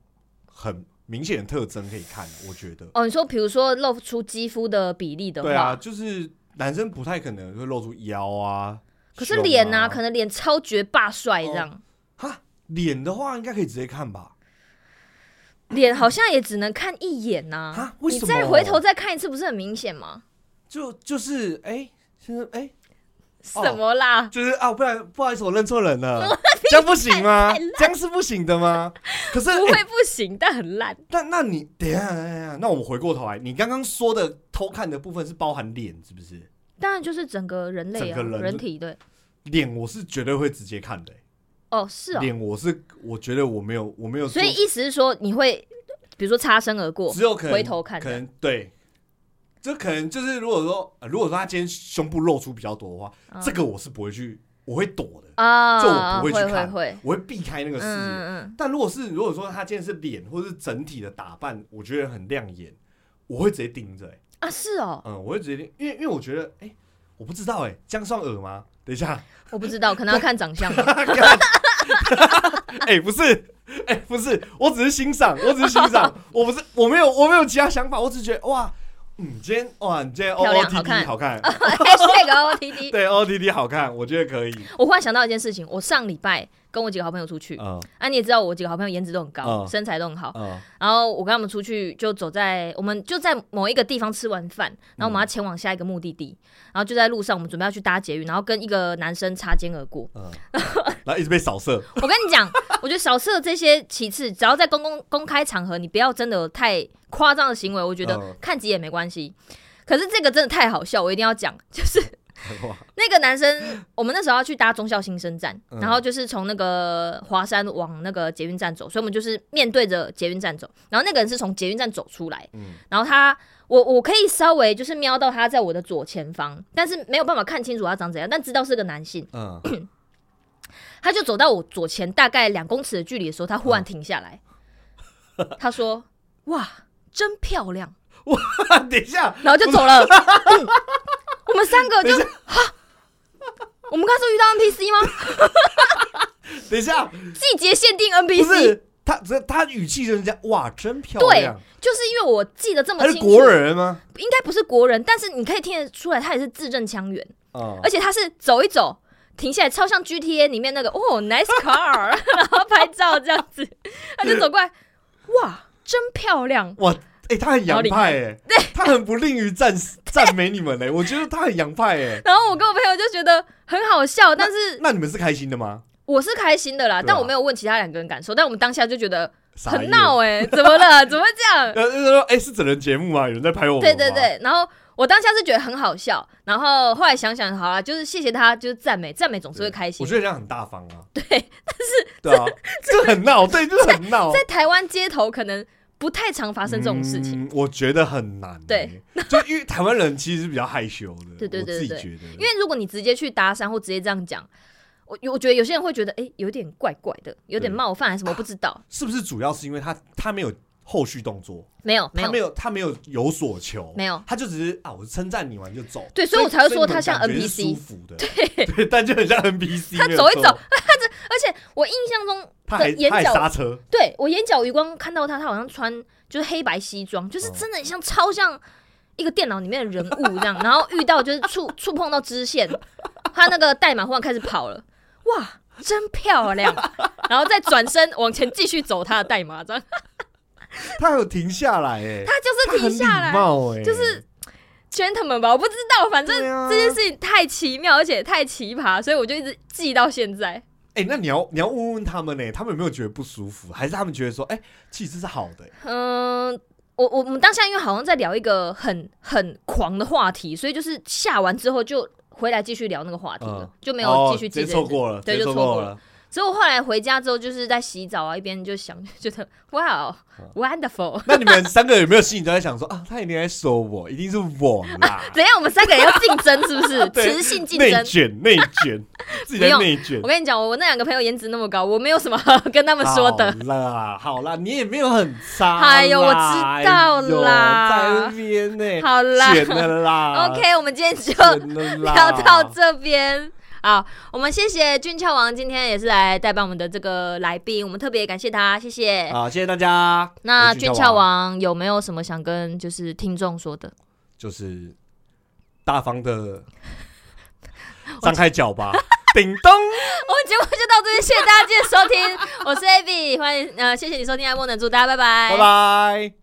Speaker 2: 很明显的特征可以看，我觉得。
Speaker 1: 哦，你说比如说露出肌肤的比例的话，
Speaker 2: 对啊，就是男生不太可能会露出腰啊，
Speaker 1: 可是脸
Speaker 2: 呐、
Speaker 1: 呐、可能脸超绝霸帅这样，
Speaker 2: 哈脸的话应该可以直接看吧？
Speaker 1: 脸好像也只能看一眼呐、
Speaker 2: 哈为
Speaker 1: 你
Speaker 2: 什么
Speaker 1: 再回头再看一次，不是很明显吗？
Speaker 2: 就就是哎，先生哎，哦
Speaker 1: 什么 *laughs* 啦？
Speaker 2: 就是啊，不然不好意思，我认错人了，
Speaker 1: *laughs*
Speaker 2: 这样不行吗？这样是不行的吗？可是
Speaker 1: 不
Speaker 2: 哎，
Speaker 1: 会不行，但很烂。
Speaker 2: 那那你等一下等一下，那我们回过头来，你刚刚说的偷看的部分是包含脸是不是？
Speaker 1: 当然就是整个人类啊，
Speaker 2: 整个人
Speaker 1: 人体对。
Speaker 2: 脸我是绝对会直接看的、欸
Speaker 1: 哦，是哦。
Speaker 2: 脸我是我觉得我没有我没有做，
Speaker 1: 所以意思是说，你会比如说擦身而过，
Speaker 2: 只有可能
Speaker 1: 回头看
Speaker 2: 可
Speaker 1: 的。
Speaker 2: 能对，这可能就是如果说、呃如果说他今天胸部露出比较多的话，
Speaker 1: 嗯
Speaker 2: 这个我是不会去，我会躲的，
Speaker 1: 啊，
Speaker 2: 这我不会
Speaker 1: 会
Speaker 2: 去
Speaker 1: 会
Speaker 2: 看
Speaker 1: 会，
Speaker 2: 我会避开那个
Speaker 1: 嗯
Speaker 2: 视野。
Speaker 1: 嗯嗯，
Speaker 2: 但如果是如果说他今天是脸或是整体的打扮，我觉得很亮眼，我会直接盯着、欸，
Speaker 1: 啊是哦，
Speaker 2: 嗯，我会直接盯，因为因为我觉得，哎、我不知道、欸，哎，这样算耳吗？等一下， *laughs*
Speaker 1: 我不知道，可能要看长相吧。 *laughs*
Speaker 2: 哎、不是，哎、不是，我只是欣赏，我只是欣
Speaker 1: *laughs*
Speaker 2: 赏，我不是，我没有，我没有其他想法，我只是觉得哇，嗯，今天哇，你今天 O
Speaker 1: 漂
Speaker 2: O
Speaker 1: 亮
Speaker 2: T
Speaker 1: 好
Speaker 2: T
Speaker 1: 看
Speaker 2: 好看，
Speaker 1: Hashtag O T D。
Speaker 2: 对 O O T T 好看，我觉得可
Speaker 1: *laughs*
Speaker 2: 以，
Speaker 1: 我忽然想到一件事情，我上礼拜跟我几个好朋友出去，
Speaker 2: 嗯
Speaker 1: 啊，你也知道我几个好朋友颜值都很高，
Speaker 2: 嗯
Speaker 1: 身材都很好。
Speaker 2: 嗯
Speaker 1: 然后我跟他们出去，就走在我们就在某一个地方吃完饭，然后我
Speaker 2: 嗯
Speaker 1: 们要前往下一个目的地，然后就在路上，我们准备要去搭捷运，然后跟一个男生擦肩而过。 *laughs*
Speaker 2: 嗯，然后一直被扫射，
Speaker 1: 我跟你讲，我觉得扫射这些其次，只要在公共公开场合，你不要真的有太夸张的行为，我觉得
Speaker 2: 嗯
Speaker 1: 看几眼没关系。可是这个真的太好笑，我一定要讲，就是
Speaker 2: 哇，
Speaker 1: 那个男生，我们那时候要去搭忠孝新生站，
Speaker 2: 嗯
Speaker 1: 然后就是从那个华山往那个捷运站走，所以我们就是面对着捷运站走。然后那个人是从捷运站走出来，
Speaker 2: 嗯
Speaker 1: 然后他，我我可以稍微就是瞄到他在我的左前方，但是没有办法看清楚他长怎样，但知道是个男性。
Speaker 2: 嗯，
Speaker 1: *laughs* 他就走到我左前大概两公尺的距离的时候，他忽然停下来，
Speaker 2: *laughs*
Speaker 1: 他说：“哇，真漂亮。
Speaker 2: 啊等一下”，
Speaker 1: 然后就走了。嗯我们三个就
Speaker 2: 等
Speaker 1: 哈，我们刚才是遇到 NPC 吗？
Speaker 2: 等一下，
Speaker 1: 季节限定
Speaker 2: 不
Speaker 1: NPC， *laughs*
Speaker 2: 是他，这他语气就是这样，哇，真漂
Speaker 1: 对
Speaker 2: 亮，，
Speaker 1: 就是因为我记得这么
Speaker 2: 他
Speaker 1: 清
Speaker 2: 是
Speaker 1: 楚，
Speaker 2: 国人吗？
Speaker 1: 应该不是国人，但是你可以听得出来，他也是字正腔圆，
Speaker 2: 啊、
Speaker 1: 而且他是走一走。停下来，超像 GTA 里面那个哦，nice
Speaker 2: *laughs*
Speaker 1: car，然后拍照这样子，他就走过来，哇，真漂亮，
Speaker 2: 哇，哎、他很洋派哎、
Speaker 1: 对，
Speaker 2: 他很不吝于赞赞美你们哎、我觉得他很洋派哎、
Speaker 1: 然后我跟我朋友就觉得很好笑，但是
Speaker 2: 那你们是开心的吗？
Speaker 1: 我是开心的啦，
Speaker 2: 对啊
Speaker 1: 但我没有问其他两个人感受，但我们当下就觉得
Speaker 2: 傻眼
Speaker 1: 很闹哎、怎么了？怎么会这样？
Speaker 2: 呃，就是说，哎、是整人节目吗？有人在拍我们吗
Speaker 1: 对对，对，然后我当下是觉得很好笑，然后后来想想，好啦，就是谢谢他，就是赞美，赞美总是会开心
Speaker 2: 我。觉得这样很大方啊。对，
Speaker 1: *laughs* 但
Speaker 2: 是对啊，这很闹，对，就是很闹。
Speaker 1: 在台湾街头可能不太常发生这种事情，
Speaker 2: 嗯，我觉得很难、欸
Speaker 1: 对，
Speaker 2: 就因为台湾人其实是比较害羞的，
Speaker 1: 对对对
Speaker 2: 我自
Speaker 1: 对
Speaker 2: 己觉得，
Speaker 1: 因
Speaker 2: 因
Speaker 1: 为如果你直接去搭讪或直接这样讲，我我觉得有些人会觉得哎、诶有点怪怪的，有点
Speaker 2: 对
Speaker 1: 冒犯还是什么，我不知道，
Speaker 2: 是不是主要是因为他他没有后续动作，
Speaker 1: 没有没
Speaker 2: 他
Speaker 1: 有
Speaker 2: 没有他没有有所求，
Speaker 1: 没有
Speaker 2: 他就只是啊，我称赞你完就走。
Speaker 1: 对所以我才会说他像
Speaker 2: 所以你们感觉是
Speaker 1: NPC
Speaker 2: 舒服的，对但就很像 NPC 没
Speaker 1: 他
Speaker 2: 有错。
Speaker 1: 走一走，他这而且我印象中
Speaker 2: 他
Speaker 1: 的
Speaker 2: 还
Speaker 1: 眼
Speaker 2: 他还
Speaker 1: 角
Speaker 2: 刹车，
Speaker 1: 对我眼角余光看到他，他好像穿就是黑白西装，就是
Speaker 2: 嗯
Speaker 1: 真的很像超像一个电脑里面的人物这样，然后遇到就是触 *laughs* 触碰到支线，他那个代码忽然开始跑了，哇，真漂亮！然后再转身往前继续走他的代码，这样
Speaker 2: 他有停下来哎，
Speaker 1: *laughs* 他就是停下
Speaker 2: 他很
Speaker 1: 来
Speaker 2: 礼貌哎，
Speaker 1: 就是。gentleman 吧，我不知道，反正
Speaker 2: 对啊
Speaker 1: 这件事情太奇妙，而且太奇葩，所以我就一直记到现在。
Speaker 2: 哎，那你要你要问问他们呢，他们有没有觉得不舒服，还是他们觉得说哎，其实是好的欸，
Speaker 1: 嗯，我我我们当下因为好像在聊一个很很狂的话题，所以就是下完之后就回来继续聊那个话题了，
Speaker 2: 嗯
Speaker 1: 就没有
Speaker 2: 哦
Speaker 1: 继续
Speaker 2: 直
Speaker 1: 接
Speaker 2: 接错过了，
Speaker 1: 对
Speaker 2: 直接
Speaker 1: 就
Speaker 2: 错
Speaker 1: 错
Speaker 2: 过
Speaker 1: 过
Speaker 2: 了。
Speaker 1: 所以我后来回家之后就是在洗澡啊，一边就想觉得哇、哦
Speaker 2: 嗯
Speaker 1: wonderful。
Speaker 2: *laughs* 那你们三个有没有心里都在想说啊，他一定在说我，一定是我
Speaker 1: *laughs*
Speaker 2: 啦，
Speaker 1: 怎样？我们三个人要竞争是不是？
Speaker 2: *laughs* 对
Speaker 1: 雌性竞
Speaker 2: 内
Speaker 1: 争。
Speaker 2: 卷内卷，自己在内卷
Speaker 1: 我。跟你讲，我那两个朋友颜值那么高，我没有什么 *laughs* 跟他们说的。
Speaker 2: 好啦，好啦，你也没有很差啦。
Speaker 1: 哎呦我知道啦
Speaker 2: 哎呦在那边呢，
Speaker 1: 好啦
Speaker 2: 卷了啦。
Speaker 1: ，OK，我们今天就
Speaker 2: 卷了啦。
Speaker 1: 聊到这边。好，我们谢谢俊俏王今天也是来代班我们的这个来宾，我们特别感谢他，谢谢。
Speaker 2: 好，谢谢大家。
Speaker 1: 那
Speaker 2: 我是
Speaker 1: 俊俏王有没有什么想跟就是听众说 *laughs* 的？
Speaker 2: 就是大
Speaker 1: *laughs*
Speaker 2: 方的张开脚吧，叮咚。
Speaker 1: 我们节目就到这边，谢谢大家今天的收听，我是 Abby，欢迎呃，谢谢你收听爱莫能助，大家拜拜，
Speaker 2: 拜拜。